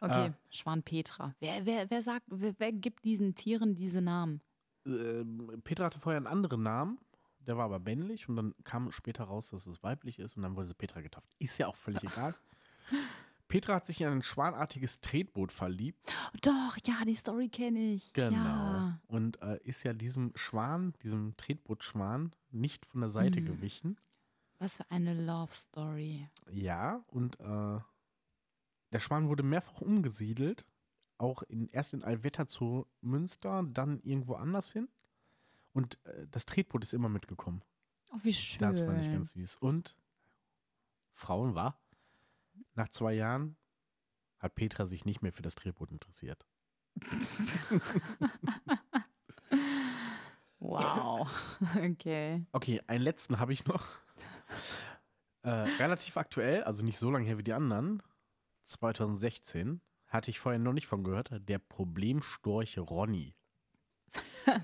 Okay,
Äh,
Schwan Petra. Wer, wer, wer sagt, wer, wer gibt diesen Tieren diese Namen?
äh, Petra hatte vorher einen anderen Namen, der war aber männlich und dann kam später raus, dass es weiblich ist und dann wurde sie Petra getauft. Ist ja auch völlig egal. Petra hat sich in ein schwanartiges Tretboot verliebt.
Doch, ja, die Story kenne ich.
Genau.
Ja.
Und äh, ist ja diesem Schwan, diesem Tretbootschwan, nicht von der Seite
Mhm.
gewichen.
Was für eine Love Story.
Ja, und äh, der Schwan wurde mehrfach umgesiedelt. Auch in, erst in Alvetta zu Münster, dann irgendwo anders hin. Und äh, das Tretboot ist immer mitgekommen.
Oh, wie schön.
Das fand ich ganz süß. Und Frauen war, nach zwei Jahren hat Petra sich nicht mehr für das Tretboot interessiert.
Wow. Okay.
Okay, einen letzten habe ich noch. äh, relativ aktuell, also nicht so lange her wie die anderen. 2016 hatte ich vorher noch nicht von gehört, der Problemstorch Ronny. Der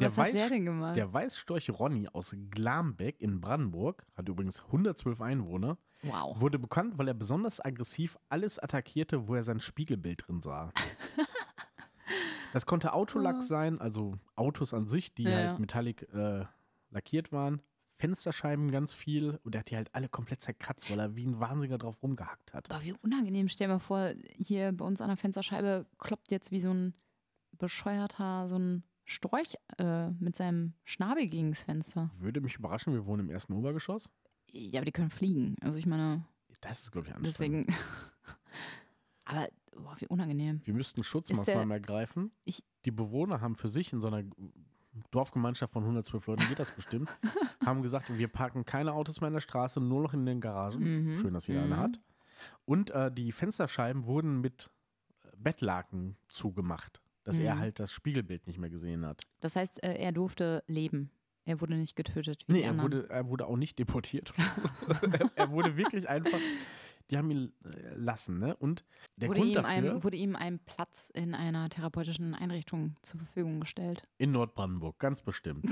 Was hat
weiß-
der denn gemacht?
Der Weißstorch Ronny aus Glambeck in Brandenburg, hat übrigens 112 Einwohner,
wow.
wurde bekannt, weil er besonders aggressiv alles attackierte, wo er sein Spiegelbild drin sah. Das konnte Autolack
Ah.
sein, also Autos an sich, die
Ja, ja.
halt metallic äh, lackiert waren. Fensterscheiben ganz viel und er hat die halt alle komplett zerkratzt, weil er wie ein Wahnsinniger drauf rumgehackt hat.
Boah, wie unangenehm. Stell dir mal vor, hier bei uns an der Fensterscheibe kloppt jetzt wie so ein bescheuerter, so ein Storch äh, mit seinem Schnabel gegen das Fenster.
Würde mich überraschen, wir wohnen im ersten Obergeschoss.
Ja, aber die können fliegen. Also ich meine,
Das ist, glaube ich, anstrengend.
deswegen. aber boah, wie unangenehm.
Wir müssten Schutzmaßnahmen ergreifen.
Ich-
die Bewohner haben für sich in so einer Dorfgemeinschaft von 112 Leuten, geht das bestimmt, haben gesagt, wir parken keine Autos mehr in der Straße, nur noch in den Garagen.
Mhm.
Schön, dass jeder eine
Mhm.
hat. Und äh, die Fensterscheiben wurden mit Bettlaken zugemacht, dass er
Mhm.
halt das Spiegelbild nicht mehr gesehen hat.
Das heißt, äh, er durfte leben. Er wurde nicht getötet. Wie
nee,
die
er
anderen.
wurde, er wurde auch nicht deportiert. er, er wurde wirklich einfach, die haben ihn äh, lassen. Ne? Und der
wurde,
Grund
ihm
dafür
ein, wurde ihm ein Platz in einer therapeutischen Einrichtung zur Verfügung gestellt.
In Nordbrandenburg, ganz bestimmt.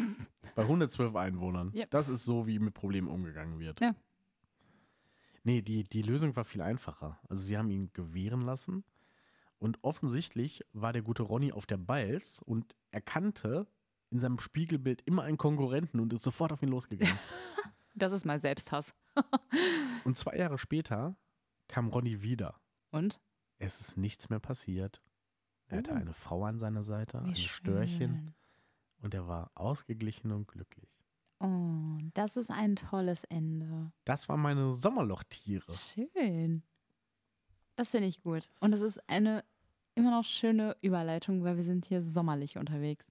Bei 112 Einwohnern.
Yep.
Das ist so, wie mit Problemen umgegangen wird.
Ja.
Nee, die, die Lösung war viel einfacher. Also sie haben ihn gewähren lassen und offensichtlich war der gute Ronny auf der Balz und erkannte in seinem Spiegelbild immer einen Konkurrenten und ist sofort auf ihn losgegangen.
Das ist mal Selbsthass.
und zwei Jahre später kam Ronny wieder.
Und?
Es ist nichts mehr passiert. Er hatte
Oh.
eine Frau an seiner Seite, ein Störchen und er war ausgeglichen und glücklich.
schön. Oh, das ist ein tolles Ende.
Das waren meine Sommerlochtiere.
Schön. Das finde ich gut. Und das ist eine immer noch schöne Überleitung, weil wir sind hier sommerlich unterwegs.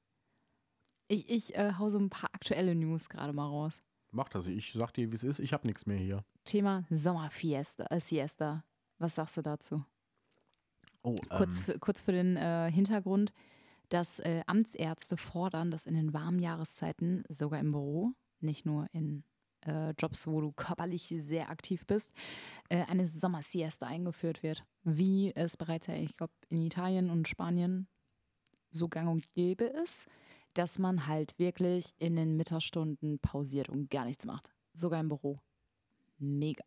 Ich, ich äh, hau so ein paar aktuelle News gerade mal raus.
Mach das. Ich sag dir, wie es ist. Ich hab nichts mehr hier.
Thema Sommerfiesta, äh, Siesta. Was sagst du dazu?
Oh,
Kurz,
ähm,
für, kurz für den äh, Hintergrund, dass äh, Amtsärzte fordern, dass in den warmen Jahreszeiten, sogar im Büro, nicht nur in äh, Jobs, wo du körperlich sehr aktiv bist, äh, eine Sommersiesta eingeführt wird. Wie es bereits, ja, ich glaube, in Italien und Spanien so gang und gäbe ist, dass man halt wirklich in den Mittagsstunden pausiert und gar nichts macht. Sogar im Büro. Mega.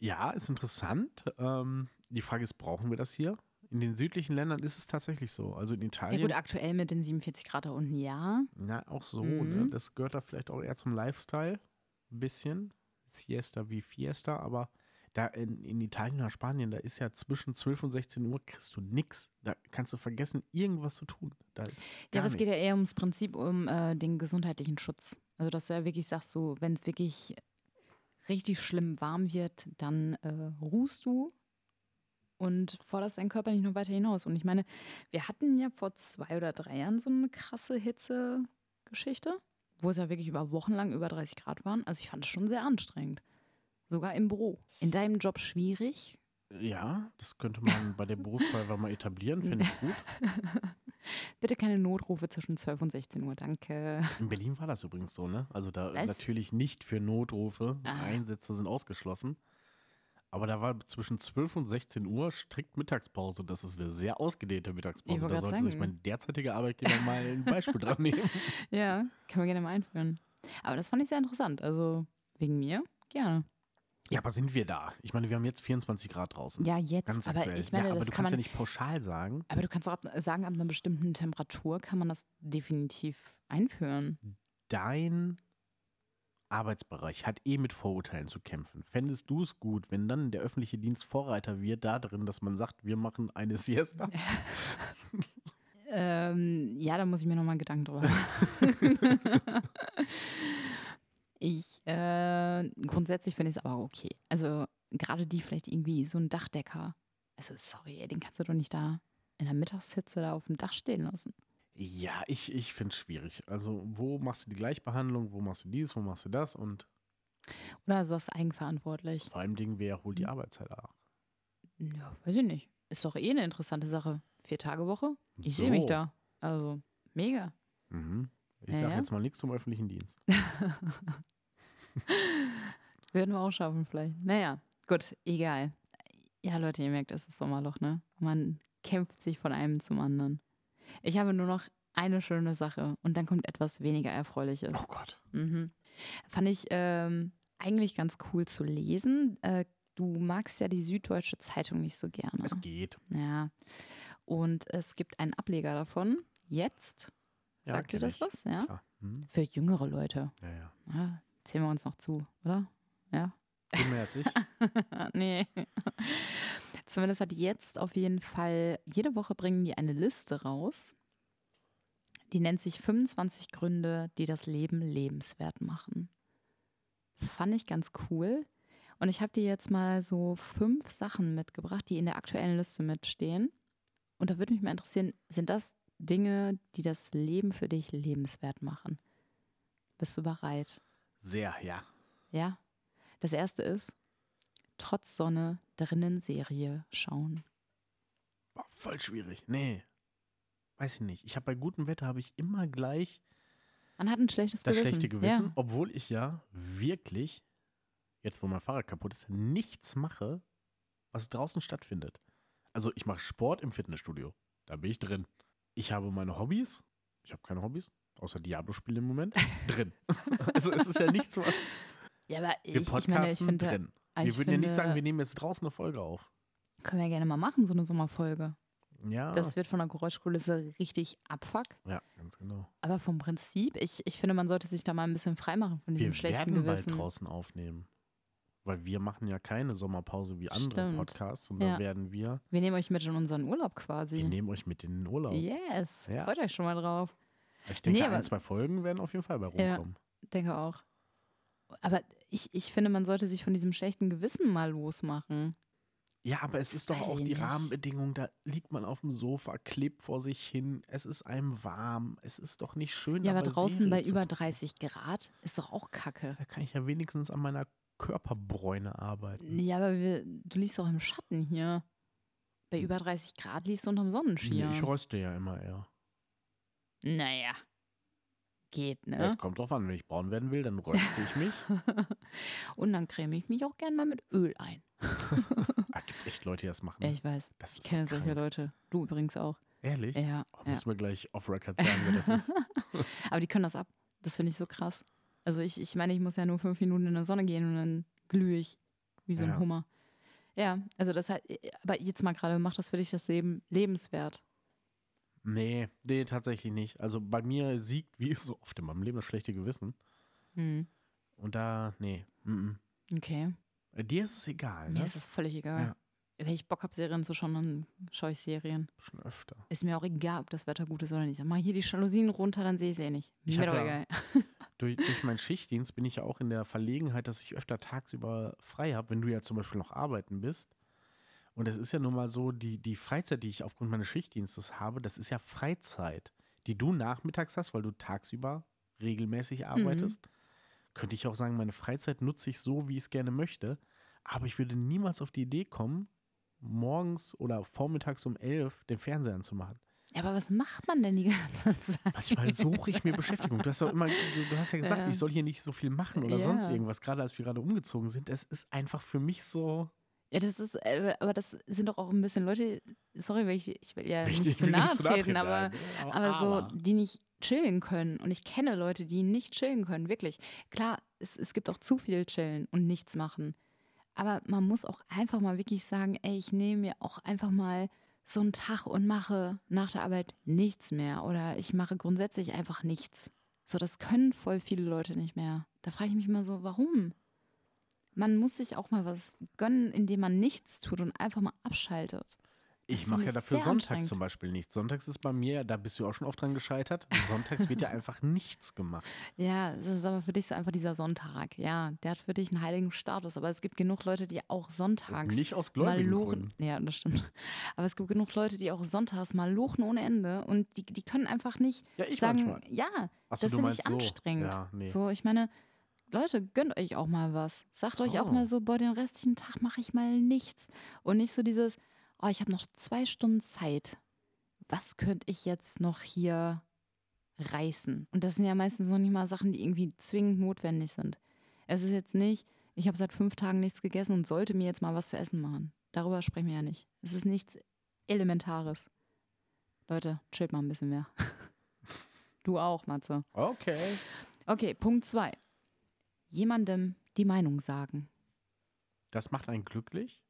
ja, ist interessant. Ähm, die Frage ist, brauchen wir das hier? In den südlichen Ländern ist es tatsächlich so. Also in
Ja
Italien,
gut, aktuell mit den 47 Grad da unten, ja.
na, auch so.
Mhm.
Ne? Das gehört da vielleicht auch eher zum Lifestyle. Ein bisschen. Siesta wie Fiesta, aber da in, in Italien oder Spanien, da ist ja zwischen 12 und 16 Uhr kriegst du nix. Da kannst du vergessen, irgendwas zu tun. Da ist
Ja,
gar
aber es geht ja
nichts.
eher ums Prinzip, um äh, den gesundheitlichen Schutz. Also, dass du ja wirklich sagst, so, wenn es wirklich richtig schlimm warm wird, dann äh, ruhst du und forderst deinen Körper nicht noch weiter hinaus. Und ich meine, wir hatten ja vor zwei oder drei Jahren so eine krasse Hitzegeschichte, wo es ja wirklich über Wochen lang über 30 Grad waren. Also, ich fand es schon sehr anstrengend. Sogar im Büro. In deinem Job schwierig.
ja, das könnte man bei der Berufsfeuerwehr mal etablieren, finde ich gut.
Bitte keine Notrufe zwischen 12 und 16 Uhr, danke.
In Berlin war das übrigens so, ne? Also da
Was?
natürlich nicht für Notrufe.
Ah.
Einsätze sind ausgeschlossen. Aber da war zwischen 12 und 16 Uhr strikt Mittagspause. Das ist eine sehr ausgedehnte Mittagspause.
wollte
Da
grad
sollte sich
sagen.
mein derzeitiger Arbeitgeber mal ein Beispiel dran nehmen.
Ja, kann man gerne mal einführen. Aber das fand ich sehr interessant. Also wegen mir, gerne.
Ja, aber sind wir da? Ich meine, wir haben jetzt 24 Grad draußen.
Ja, jetzt.
Ganz
aber
aktuell.
ich meine,
ja, aber
das
du
kann
kannst
man.
ja nicht pauschal sagen.
aber du kannst auch ab, sagen, ab einer bestimmten Temperatur kann man das definitiv einführen.
Dein Arbeitsbereich hat eh mit Vorurteilen zu kämpfen. Fändest du es gut, wenn dann der öffentliche Dienst Vorreiter wird da drin, dass man sagt, wir machen eine Siesta?
Ähm, ja, da muss ich mir nochmal Gedanken drüber machen. ich, äh, grundsätzlich finde ich es aber okay. Also, gerade die vielleicht irgendwie so ein Dachdecker. Also, sorry, ey, den kannst du doch nicht da in der Mittagshitze da auf dem Dach stehen lassen.
Ja, ich, ich finde es schwierig. Also, wo machst du die Gleichbehandlung? Wo machst du dies? Wo machst du das? Und
Oder so ist eigenverantwortlich.
vor allem Dingen, wer holt die
Hm.
Arbeitszeit ab?
Ja, weiß ich nicht. Ist doch eh eine interessante Sache. Vier Tage Woche? Ich sehe mich
So.
da. Also, mega.
Mhm. Ich
Ja,
sage
ja.
jetzt mal nichts zum öffentlichen Dienst.
Würden wir auch schaffen, vielleicht. Naja, gut, egal. Ja, Leute, ihr merkt, es ist Sommerloch, ne? Man kämpft sich von einem zum anderen. Ich habe nur noch eine schöne Sache und dann kommt etwas weniger Erfreuliches.
Oh Gott.
Mhm. Fand ich ähm, eigentlich ganz cool zu lesen. Äh, du magst ja die Süddeutsche Zeitung nicht so gerne.
Es geht.
Ja. Und es gibt einen Ableger davon. Jetzt.
Ja,
Sagt dir
kenn
das
ich.
was? Ja.
Klar. Mhm.
Für jüngere Leute.
Ja, ja.
Ja, zählen wir uns noch zu, oder? Ja.
Du mehr als ich.
nee. Zumindest hat jetzt auf jeden Fall, jede Woche bringen die eine Liste raus. Die nennt sich 25 Gründe, die das Leben lebenswert machen. Fand ich ganz cool. Und ich habe dir jetzt mal so fünf Sachen mitgebracht, die in der aktuellen Liste mitstehen. Und da würde mich mal interessieren, sind das Dinge, die das Leben für dich lebenswert machen? Bist du bereit?
Sehr, ja.
Ja. Das erste ist, trotz Sonne drinnen Serie schauen.
Boah, voll schwierig. Nee. Weiß ich nicht. Ich habe bei gutem Wetter habe ich immer gleich
Man hat ein schlechtes
das
Gewissen.
schlechte Gewissen, obwohl ich ja wirklich, jetzt wo mein Fahrrad kaputt ist, nichts mache, was draußen stattfindet. Also ich mache Sport im Fitnessstudio. Da bin ich drin. Ich habe meine Hobbys. Ich habe keine Hobbys, außer Diablo-Spiele im Moment. Drin. also es ist ja nichts, was
Ja, ja aber ich,
wir
ich meine, ich
podcasten
finde,
drin.
ich
Wir würden
finde,
ja nicht sagen, wir nehmen jetzt draußen eine Folge auf.
können wir gerne mal machen, so eine Sommerfolge.
Ja,
Das wird von der Geräuschkulisse richtig abfuck.
ja ganz genau.
Aber vom Prinzip, ich, ich finde, man sollte sich da mal ein bisschen freimachen von diesem
Wir
schlechten
werden
Gewissen.
bald draußen aufnehmen. Weil wir machen ja keine Sommerpause wie andere
Stimmt.
Podcasts, sondern
Ja.
werden wir,
Wir nehmen euch mit in unseren Urlaub quasi.
wir nehmen euch mit in den Urlaub.
yes,
Ja.
freut euch schon mal drauf.
Ich denke,
Nee, aber-
ein, zwei Folgen werden auf jeden Fall bei
Ja.
rumkommen.
Denke auch. Aber ich, ich finde, man sollte sich von diesem schlechten Gewissen mal losmachen.
Ja, aber es ist doch
Weiß
auch
ich
die
nicht.
Rahmenbedingung, da liegt man auf dem Sofa, klebt vor sich hin, es ist einem warm, es ist doch nicht schön.
Ja, aber
dabei
draußen
Serie
bei
zu
über
gucken.
30 Grad ist doch auch kacke.
Da kann ich ja wenigstens an meiner Körperbräune arbeiten.
Ja, aber wir, du liegst doch im Schatten hier. Bei über 30 Grad liegst du unterm
Nee,
Sonnenschirm.
ich röste ja immer eher.
naja. Geht, ne?
Es kommt drauf an, wenn ich braun werden will, dann röste ich mich.
Und dann creme ich mich auch gern mal mit Öl ein.
Ah, gibt echt Leute, die das machen.
Ja,
ne?
ich weiß.
das
Ich
ist
kenne
so
solche
krank.
Leute. Du übrigens auch.
Ehrlich?
Ja,
Oh,
ja.
müssen wir gleich off-Record sagen, wer das ist.
Aber die können das ab. Das finde ich so krass. Also ich, ich meine, ich muss ja nur fünf Minuten in der Sonne gehen und dann glühe ich wie so ein
Ja.
Hummer. Ja, also das halt, aber jetzt mal gerade, macht das für dich das Leben lebenswert?
Nee, nee, tatsächlich nicht. Also bei mir siegt, wie so oft in meinem Leben, das schlechte Gewissen.
Hm.
Und da, nee. Mm
Okay.
-mm. Dir ist es egal,
Mir
ne?
ist es völlig egal.
Ja.
Wenn ich Bock habe, Serien zu schauen, dann schaue ich Serien.
Schon öfter.
Ist mir auch egal, ob das Wetter gut ist oder nicht. Dann mach hier die Jalousien runter, dann sehe ich sie eh nicht.
Ich
mir
hab
doch
ja-
egal.
Durch, durch meinen Schichtdienst bin ich ja auch in der Verlegenheit, dass ich öfter tagsüber frei habe, wenn du ja zum Beispiel noch arbeiten bist. Und es ist ja nun mal so, die, die Freizeit, die ich aufgrund meines Schichtdienstes habe, das ist ja Freizeit, die du nachmittags hast, weil du tagsüber regelmäßig arbeitest. Könnte ich auch sagen, meine Freizeit nutze ich so, wie ich es gerne möchte. Aber ich würde niemals auf die Idee kommen, morgens oder vormittags um elf den Fernseher anzumachen.
Aber was macht man denn die ganze Zeit?
Manchmal suche ich mir Beschäftigung. Du hast, doch immer, du, du hast ja gesagt,
Ja.
ich soll hier nicht so viel machen oder sonst
Ja.
irgendwas, gerade als wir gerade umgezogen sind. Es ist einfach für mich so.
Ja, das ist, äh, aber das sind doch auch ein bisschen Leute, sorry, weil ich, ich will ja
Ich-
nicht
ich
zu
will
nahe
nicht zu
treten, aber
nein.
aber so, die nicht chillen können. Und ich kenne Leute, die nicht chillen können, wirklich. Klar, es, es gibt auch zu viel chillen und nichts machen. Aber man muss auch einfach mal wirklich sagen, ey, ich nehme mir auch einfach mal so einen Tag und mache nach der Arbeit nichts mehr oder ich mache grundsätzlich einfach nichts. So, das können voll viele Leute nicht mehr. Da frage ich mich immer so, warum? Man muss sich auch mal was gönnen, indem man nichts tut und einfach mal abschaltet.
Ich
ist
mache ja
nämlich
dafür
sehr
sonntags
anstrengend.
zum Beispiel nichts. Sonntags ist bei mir, da bist du auch schon oft dran gescheitert, sonntags wird ja einfach nichts gemacht.
Ja, es ist aber für dich so einfach dieser Sonntag. Ja, der hat für dich einen heiligen Status. Aber es gibt genug Leute, die auch sonntags
Nicht aus
mal
gläubigen
luchen.
Gründen.
Ja, das stimmt. Aber es gibt genug Leute, die auch sonntags mal luchen ohne Ende und die, die können einfach nicht
Ja, ich
sagen,
manchmal.
ja,
Achso,
das
du
ist
meinst
nicht
so.
anstrengend.
Ja, nee.
So, ich meine, Leute, gönnt euch auch mal was. Sagt euch auch
So.
mal so, boah, den restlichen Tag mache ich mal nichts. Und nicht so dieses, oh, ich habe noch zwei Stunden Zeit. Was könnte ich jetzt noch hier reißen? Und das sind ja meistens noch nicht mal Sachen, die irgendwie zwingend notwendig sind. Es ist jetzt nicht, ich habe seit fünf Tagen nichts gegessen und sollte mir jetzt mal was zu essen machen. Darüber sprechen wir ja nicht. Es ist nichts Elementares. Leute, chillt mal ein bisschen mehr. Du auch, Matze.
Okay.
Okay, Punkt 2. Jemandem die Meinung sagen.
Das macht einen glücklich?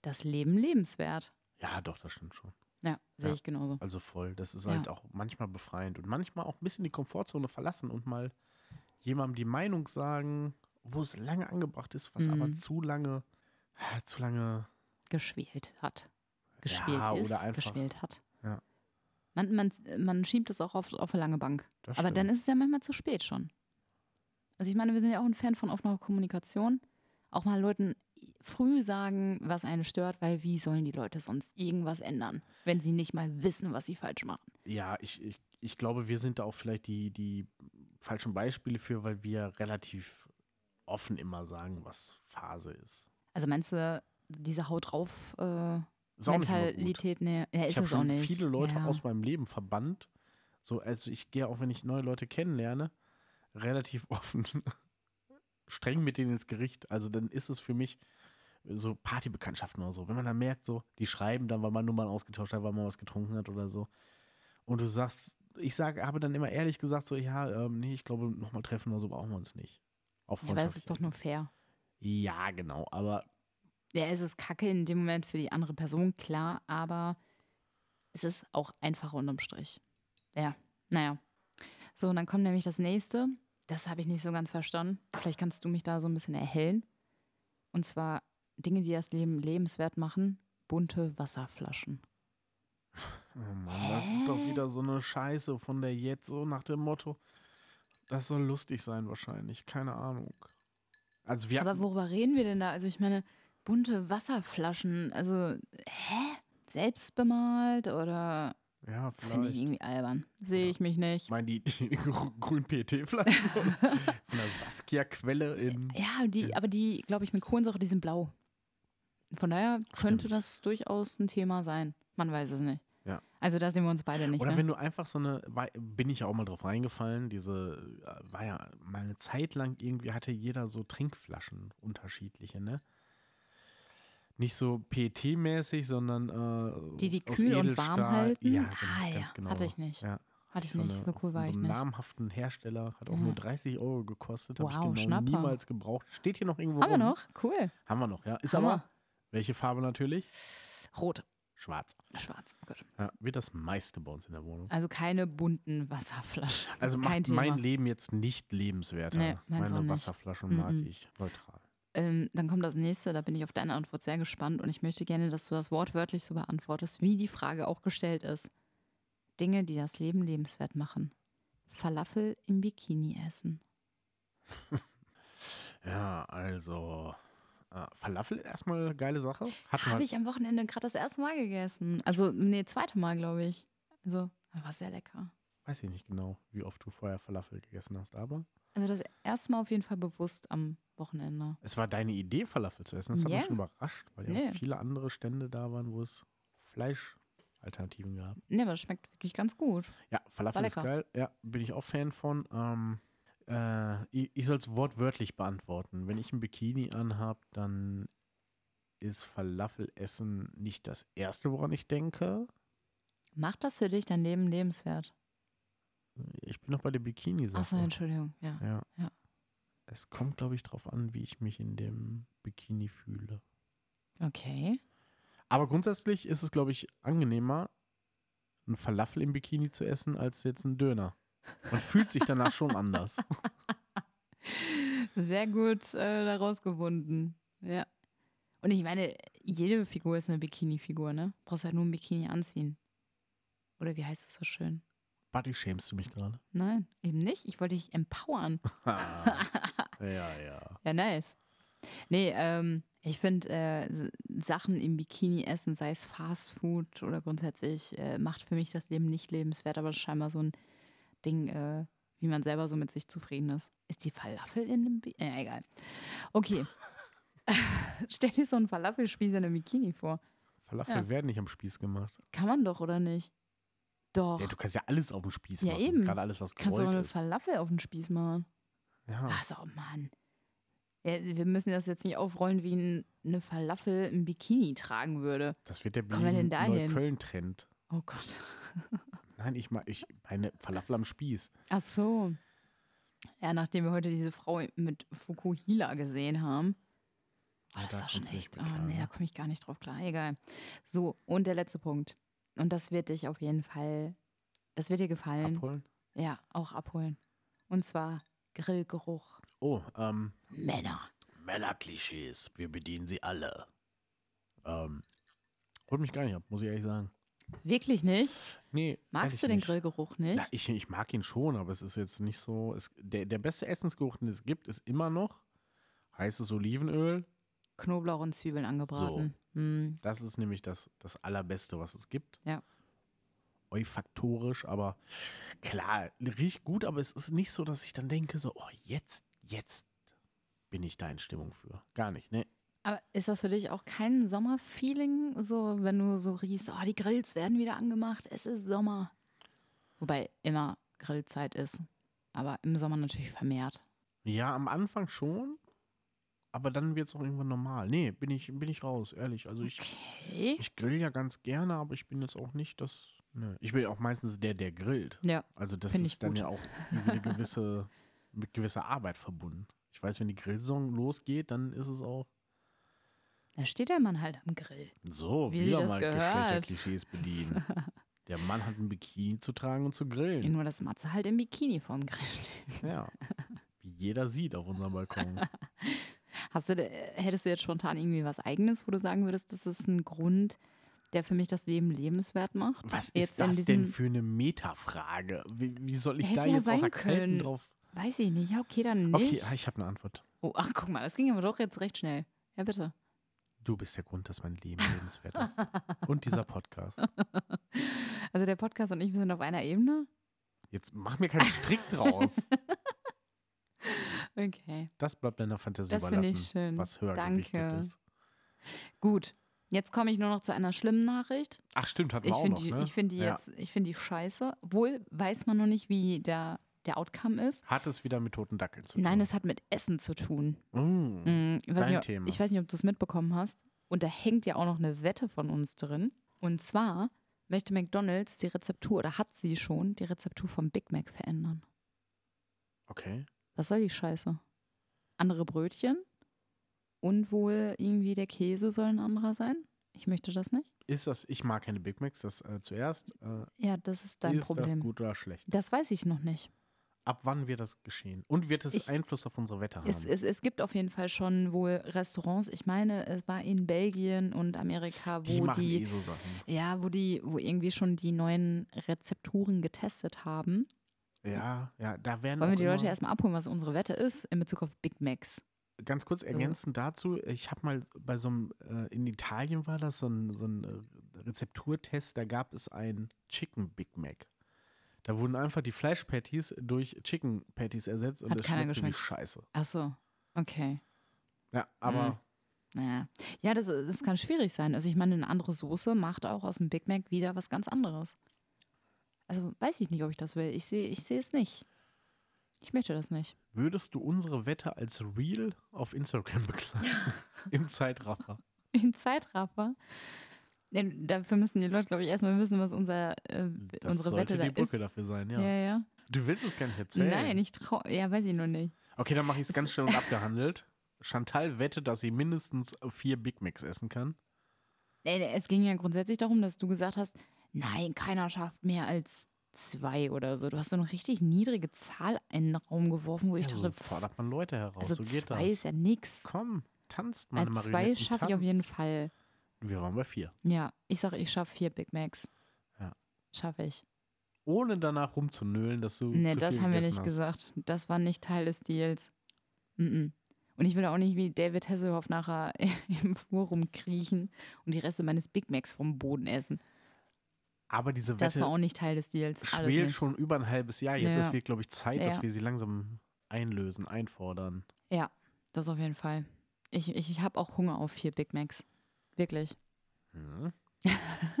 Das Leben lebenswert.
Ja, doch, das stimmt schon.
Ja, sehe
Ja.
ich genauso.
Also voll. Das ist
Ja.
halt auch manchmal befreiend und manchmal auch ein bisschen die Komfortzone verlassen und mal jemandem die Meinung sagen, wo es lange angebracht ist, was aber
Mhm.
zu lange, zu lange.
Gespielt hat. Gespielt
Ja,
ist,
oder einfach-
gespielt hat.
Ja.
Man, man, man schiebt es auch auf, auf eine lange Bank.
Das
Aber dann
stimmt.
ist es ja manchmal zu spät schon. Also ich meine, wir sind ja auch ein Fan von offener Kommunikation. Auch mal Leuten früh sagen, was einen stört, weil wie sollen die Leute sonst irgendwas ändern, wenn sie nicht mal wissen, was sie falsch machen.
ja, ich, ich, ich glaube, wir sind da auch vielleicht die, die falschen Beispiele für, weil wir relativ offen immer sagen, was Phase ist.
Also meinst du, diese Haut drauf äh,
Ist auch nicht immer gut.
Mentalität, nee, ja, ist
ich habe
es auch
schon
nicht.
viele Leute
ja.
aus meinem Leben verbannt. So, also ich gehe auch, wenn ich neue Leute kennenlerne, relativ offen, streng mit denen ins Gericht. Also dann ist es für mich so Partybekanntschaften oder so. Wenn man dann merkt, so, die schreiben dann, weil man Nummern ausgetauscht hat, weil man was getrunken hat oder so. Und du sagst, ich sage, habe dann immer ehrlich gesagt, so, ja, ähm, nee, ich glaube, nochmal treffen oder so brauchen wir uns nicht. Auf
Ja, aber es ist doch nur
freundschaftlich.
fair.
Ja, genau, aber
Ja, es ist kacke in dem Moment für die andere Person, klar, aber es ist auch einfach unterm Strich. Ja, naja. So, und dann kommt nämlich das nächste. Das habe ich nicht so ganz verstanden. Vielleicht kannst du mich da so ein bisschen erhellen. Und zwar Dinge, die das Leben lebenswert machen. Bunte Wasserflaschen.
Oh Mann, das ist doch wieder so eine Scheiße von der jetzt so nach dem Motto. Das soll lustig sein wahrscheinlich, keine Ahnung. Also wir
Aber worüber reden wir denn da? Also ich meine, bunte Wasserflaschen. Also, hä? Selbst bemalt oder
ja,
Finde ich
vielleicht.
irgendwie albern. Sehe ich mich
Ich
nicht.
meine die, die grünen PET-Flaschen von der Saskia-Quelle in
Ja, die, aber die, glaube ich, mit Kohlensäure, die sind blau. Von daher könnte
Stimmt.
das durchaus ein Thema sein. Man weiß es nicht.
Ja.
Also da sehen wir uns beide nicht.
Oder
ne?
wenn du einfach so eine, wei- bin ich ja auch mal drauf reingefallen, diese, äh, war ja mal eine Zeit lang irgendwie, hatte jeder so Trinkflaschen unterschiedliche, ne? Nicht so PET-mäßig, sondern äh,
Die, die
aus
kühl und warm
Edelstahl.
halten?
Ja,
Ah,
ganz
ja.
genau.
Hatte ich nicht.
Ja,
Hatte ich nicht.
eine-
So cool war
von
ich
so einem
nicht.
namhaften Hersteller, hat auch
Ja.
nur 30 Euro gekostet, habe
Wow,
ich genau
Schnapper.
niemals gebraucht. Steht hier noch irgendwo
Haben wir
rum?
noch? Cool.
Haben wir noch, ja. Ist
Hammer.
aber, welche Farbe natürlich?
Rot,
Schwarz.
schwarz. Oh Gott.
Ja, wird das meiste bei uns in der Wohnung.
Also keine bunten Wasserflaschen.
Also
Kein
macht
Thema.
mein Leben jetzt nicht lebenswerter.
Nee, meins auch
Meine
nicht.
Wasserflaschen mag
Mhm.
ich neutral.
Ähm, dann kommt das nächste, da bin ich auf deine Antwort sehr gespannt und ich möchte gerne, dass du das wortwörtlich so beantwortest, wie die Frage auch gestellt ist. Dinge, die das Leben lebenswert machen. Falafel im Bikini essen.
Ja, also äh, Falafel erstmal geile Sache. Hat man
Habe ich am Wochenende gerade das erste Mal gegessen. Also, nee, zweite Mal, glaube ich. Also, war sehr lecker.
weiß ich nicht genau, wie oft du vorher Falafel gegessen hast, aber
Also, das erste Mal auf jeden Fall bewusst am Wochenende.
es war deine Idee, Falafel zu essen. Das hat
Ja.
mich schon überrascht, weil ja
Nee.
viele andere Stände da waren, wo es Fleischalternativen gab.
Nee, aber das schmeckt wirklich ganz gut.
Ja, Falafel
War
ist
lecker.
geil. Ja, bin ich auch Fan von. Ähm, äh, ich ich soll es wortwörtlich beantworten. Wenn ich ein Bikini anhab, dann ist Falafelessen nicht das Erste, woran ich denke.
Macht das für dich dein Leben lebenswert?
Ich bin noch bei der Bikini-Sache.
Achso, Entschuldigung. Ja.
Ja.
Ja.
Es kommt, glaube ich, drauf an, wie ich mich in dem Bikini fühle.
Okay.
Aber grundsätzlich ist es, glaube ich, angenehmer, einen Falafel im Bikini zu essen, als jetzt einen Döner. Man fühlt sich danach schon anders.
Sehr gut äh, daraus gewunden. Ja. Und ich meine, jede Figur ist eine Bikini-Figur, ne? Brauchst halt nur ein Bikini anziehen. Oder wie heißt es so schön?
Buddy, schämst du mich gerade?
Nein, eben nicht. Ich wollte dich empowern. Ah.
ja, ja.
Ja, nice. Nee, ähm, ich finde, äh, S- Sachen im Bikini essen, sei es Fast Food oder grundsätzlich, äh, macht für mich das Leben nicht lebenswert, aber das ist scheinbar so ein Ding, äh, wie man selber so mit sich zufrieden ist. Ist die Falafel in dem Bikini? Äh, egal. Okay. Stell dir so einen Falafelspieß in einem Bikini vor.
Falafel
Ja.
werden nicht am Spieß gemacht.
Kann man doch, oder nicht? Doch.
Ja, du kannst ja alles auf dem Spieß
Ja,
machen.
eben.
Gerade alles, was
Kannst du auch Ah,
gewollt
eine
ist.
Falafel auf den Spieß machen?
Ja.
Ach so, Mann. Ja, wir müssen das jetzt nicht aufrollen, wie ein, eine Falafel ein Bikini tragen würde.
Das wird der
Kommen wir denn da hin?
Neukölln-Trend.
Oh Gott.
Nein, ich, mein, ich meine Falafel am Spieß.
Ach so. Ja, nachdem wir heute diese Frau mit Fukuhila gesehen haben. Oh, das
Da
war schon
kommst du nicht
echt.
mit
Oh,
klar,
nee,
ne?
da komme ich gar nicht drauf klar. Egal. So, und der letzte Punkt. Und das wird dich auf jeden Fall, das wird dir gefallen.
Abholen.
Ja, auch abholen. Und zwar Grillgeruch.
Oh, ähm,
Männer.
Männerklischees. Wir bedienen sie alle. Ähm, holt mich gar nicht ab, muss ich ehrlich sagen.
Wirklich nicht?
Nee, weiß ich
Magst du den
nicht.
Grillgeruch nicht?
Na, ich, ich mag ihn schon, aber es ist jetzt nicht so. Es, der, der beste Essensgeruch, den es gibt, ist immer noch heißes Olivenöl.
Knoblauch und Zwiebeln angebraten. Hm.
Das ist nämlich das, das Allerbeste, was es gibt.
Ja.
Olfaktorisch, aber klar, riecht gut, aber es ist nicht so, dass ich dann denke, so, oh, jetzt, jetzt bin ich da in Stimmung für. Gar nicht, ne?
Aber ist das für dich auch kein Sommerfeeling, so wenn du so riechst, oh, die Grills werden wieder angemacht, es ist Sommer. Wobei immer Grillzeit ist, aber im Sommer natürlich vermehrt.
Ja, am Anfang schon, aber dann wird es auch irgendwann normal. Nee, bin ich, bin ich raus, ehrlich. Also ich,
Okay.
ich grill ja ganz gerne, aber ich bin jetzt auch nicht das. Ne. Ich bin auch meistens der, der grillt.
Ja,
Also das
Find ich
ist dann
gut.
ja auch irgendwie eine gewisse, mit gewisser Arbeit verbunden. Ich weiß, wenn die Grillsaison losgeht, dann ist es auch
da steht der Mann halt am Grill.
so,
Wie sie
wieder
das
mal
gehört.
Geschlechterklischees bedienen. Der Mann hat ein Bikini zu tragen und zu grillen.
Nur, dass Matze halt im Bikini vorm Grill steht.
Ja. Wie jeder sieht auf unserem Balkon.
Hast du, hättest du jetzt spontan irgendwie was Eigenes, wo du sagen würdest, das ist ein Grund, der für mich das Leben lebenswert macht?
Was
Jetzt
ist
in
das denn
diesem-
für eine Metafrage? Wie, wie soll ich
Hätte
da
ja
jetzt außer
sein
Kalten
können.
drauf?
Weiß ich nicht. Ja, okay, dann
Okay,
nicht.
ah, ich habe eine Antwort.
oh, ach, guck mal, das ging aber doch jetzt recht schnell. Ja, bitte.
Du bist der Grund, dass mein Leben lebenswert ist. Und dieser Podcast.
Also der Podcast und ich, wir sind auf einer Ebene.
Jetzt mach mir keinen Strick draus.
Okay.
Das bleibt deiner Fantasie
Das finde ich
überlassen,
schön.
was höher
Danke.
gewichtet ist.
Gut. Jetzt komme ich nur noch zu einer schlimmen Nachricht.
Ach stimmt, hatten wir
Ich
auch
finde
noch.
die,
ne?
ich finde die
Ja.
jetzt, ich finde die scheiße. Wohl weiß man noch nicht, wie der, der Outcome ist.
Hat es wieder mit toten Dackeln zu tun?
Nein, es hat mit Essen zu tun.
Mm.
Mm, Ich weiß,
Dein
nicht, ob-
Thema.
ich weiß nicht, ob du es mitbekommen hast. Und da hängt ja auch noch eine Wette von uns drin. Und zwar möchte McDonald's die Rezeptur oder hat sie schon die Rezeptur vom Big Mac verändern.
Okay.
Was soll die Scheiße? Andere Brötchen und wohl irgendwie der Käse soll ein anderer sein? Ich möchte das nicht.
Ist das, ich mag keine Big Macs, das äh, zuerst. Äh,
Ja, das ist dein
ist das
Problem.
gut oder schlecht?
Das weiß ich noch nicht.
Ab wann wird das geschehen? Und wird es
Ich-
Einfluss auf unsere Wetter haben?
Es, es, es gibt auf jeden Fall schon wohl Restaurants. Ich meine, es war in Belgien und Amerika,
die
wo
machen
die,
eh so Sachen.
ja, wo die, wo irgendwie schon die neuen Rezepturen getestet haben.
Ja, ja, da werden
Wollen
auch
wir die Leute
immer-
erstmal abholen, was unsere Wette ist in Bezug auf Big Macs?
ganz kurz ergänzend dazu, ich habe mal bei so einem, äh, in Italien war das so ein, so ein äh, Rezepturtest, da gab es ein Chicken Big Mac. Da wurden einfach die Fleisch Patties durch Chicken Patties ersetzt und
Hat
das
keiner
schmeckte wie
geschmeckt.
scheiße.
Ach so, okay.
Ja, aber
Mhm. Naja. Ja, das, das kann schwierig sein. Also ich meine, eine andere Soße macht auch aus dem Big Mac wieder was ganz anderes. Also weiß ich nicht, ob ich das will. Ich sehe ich sehe es nicht. Ich möchte das nicht.
würdest du unsere Wette als Real auf Instagram begleiten? Im Zeitraffer.
In Zeitraffer. Ja, dafür müssen die Leute, glaube ich, erstmal wissen, was unser, äh,
Das
unsere Wette
sollte
da
die Brücke
ist.
dafür sein,
ja,
ja.
ja.
Du willst es gar nicht erzählen.
Nein, ich traue. Ja, weiß ich noch nicht.
Okay, dann mache ich es ganz schnell und abgehandelt. Chantal wettet, dass sie mindestens vier Big Macs essen kann.
Äh, Es ging ja grundsätzlich darum, dass du gesagt hast, nein, keiner schafft mehr als zwei oder so. Du hast so eine richtig niedrige Zahl in den Raum geworfen, wo ich
Ja, so
dachte, pff,
fordert man Leute heraus.
also
so geht
zwei
das.
ist ja nix.
Komm, tanzt mal.
Äh, zwei schaffe ich auf jeden Fall.
Wir waren bei vier.
Ja, ich sage, ich schaffe vier Big Macs.
Ja.
Schaffe ich.
Ohne danach rumzunölen, dass du.
Nee,
zu
das
viel
haben wir
gegessen
nicht
hast.
gesagt. Das war nicht Teil des Deals. Mm-mm. Und ich will auch nicht wie David Hasselhoff nachher im Flur rumkriechen und die Reste meines Big Macs vom Boden essen.
Aber diese
Das war
Wette
auch nicht Teil des Deals. Alles
schwelt
nicht.
schon über ein halbes Jahr. Jetzt
Ja.
ist wirklich, glaube ich, Zeit,
Ja.
dass wir sie langsam einlösen, einfordern.
Das auf jeden Fall. Ich, ich, ich habe auch Hunger auf vier Big Macs. Wirklich.
Hm.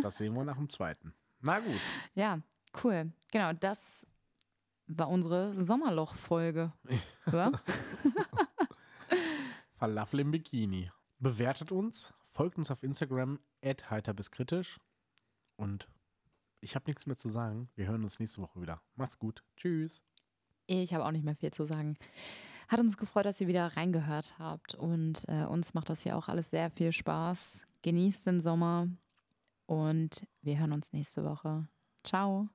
Das sehen wir nach dem zweiten. Na gut.
Ja, cool. Genau, das war unsere Sommerloch-Folge. oder?
Falafel im Bikini. Bewertet uns, folgt uns auf Instagram, heiter bis kritisch. Und ich habe nichts mehr zu sagen. Wir hören uns nächste Woche wieder. Macht's gut. Tschüss.
Ich habe auch nicht mehr viel zu sagen. Hat uns gefreut, dass ihr wieder reingehört habt und äh, uns macht das hier auch alles sehr viel Spaß. Genießt den Sommer und wir hören uns nächste Woche. Ciao.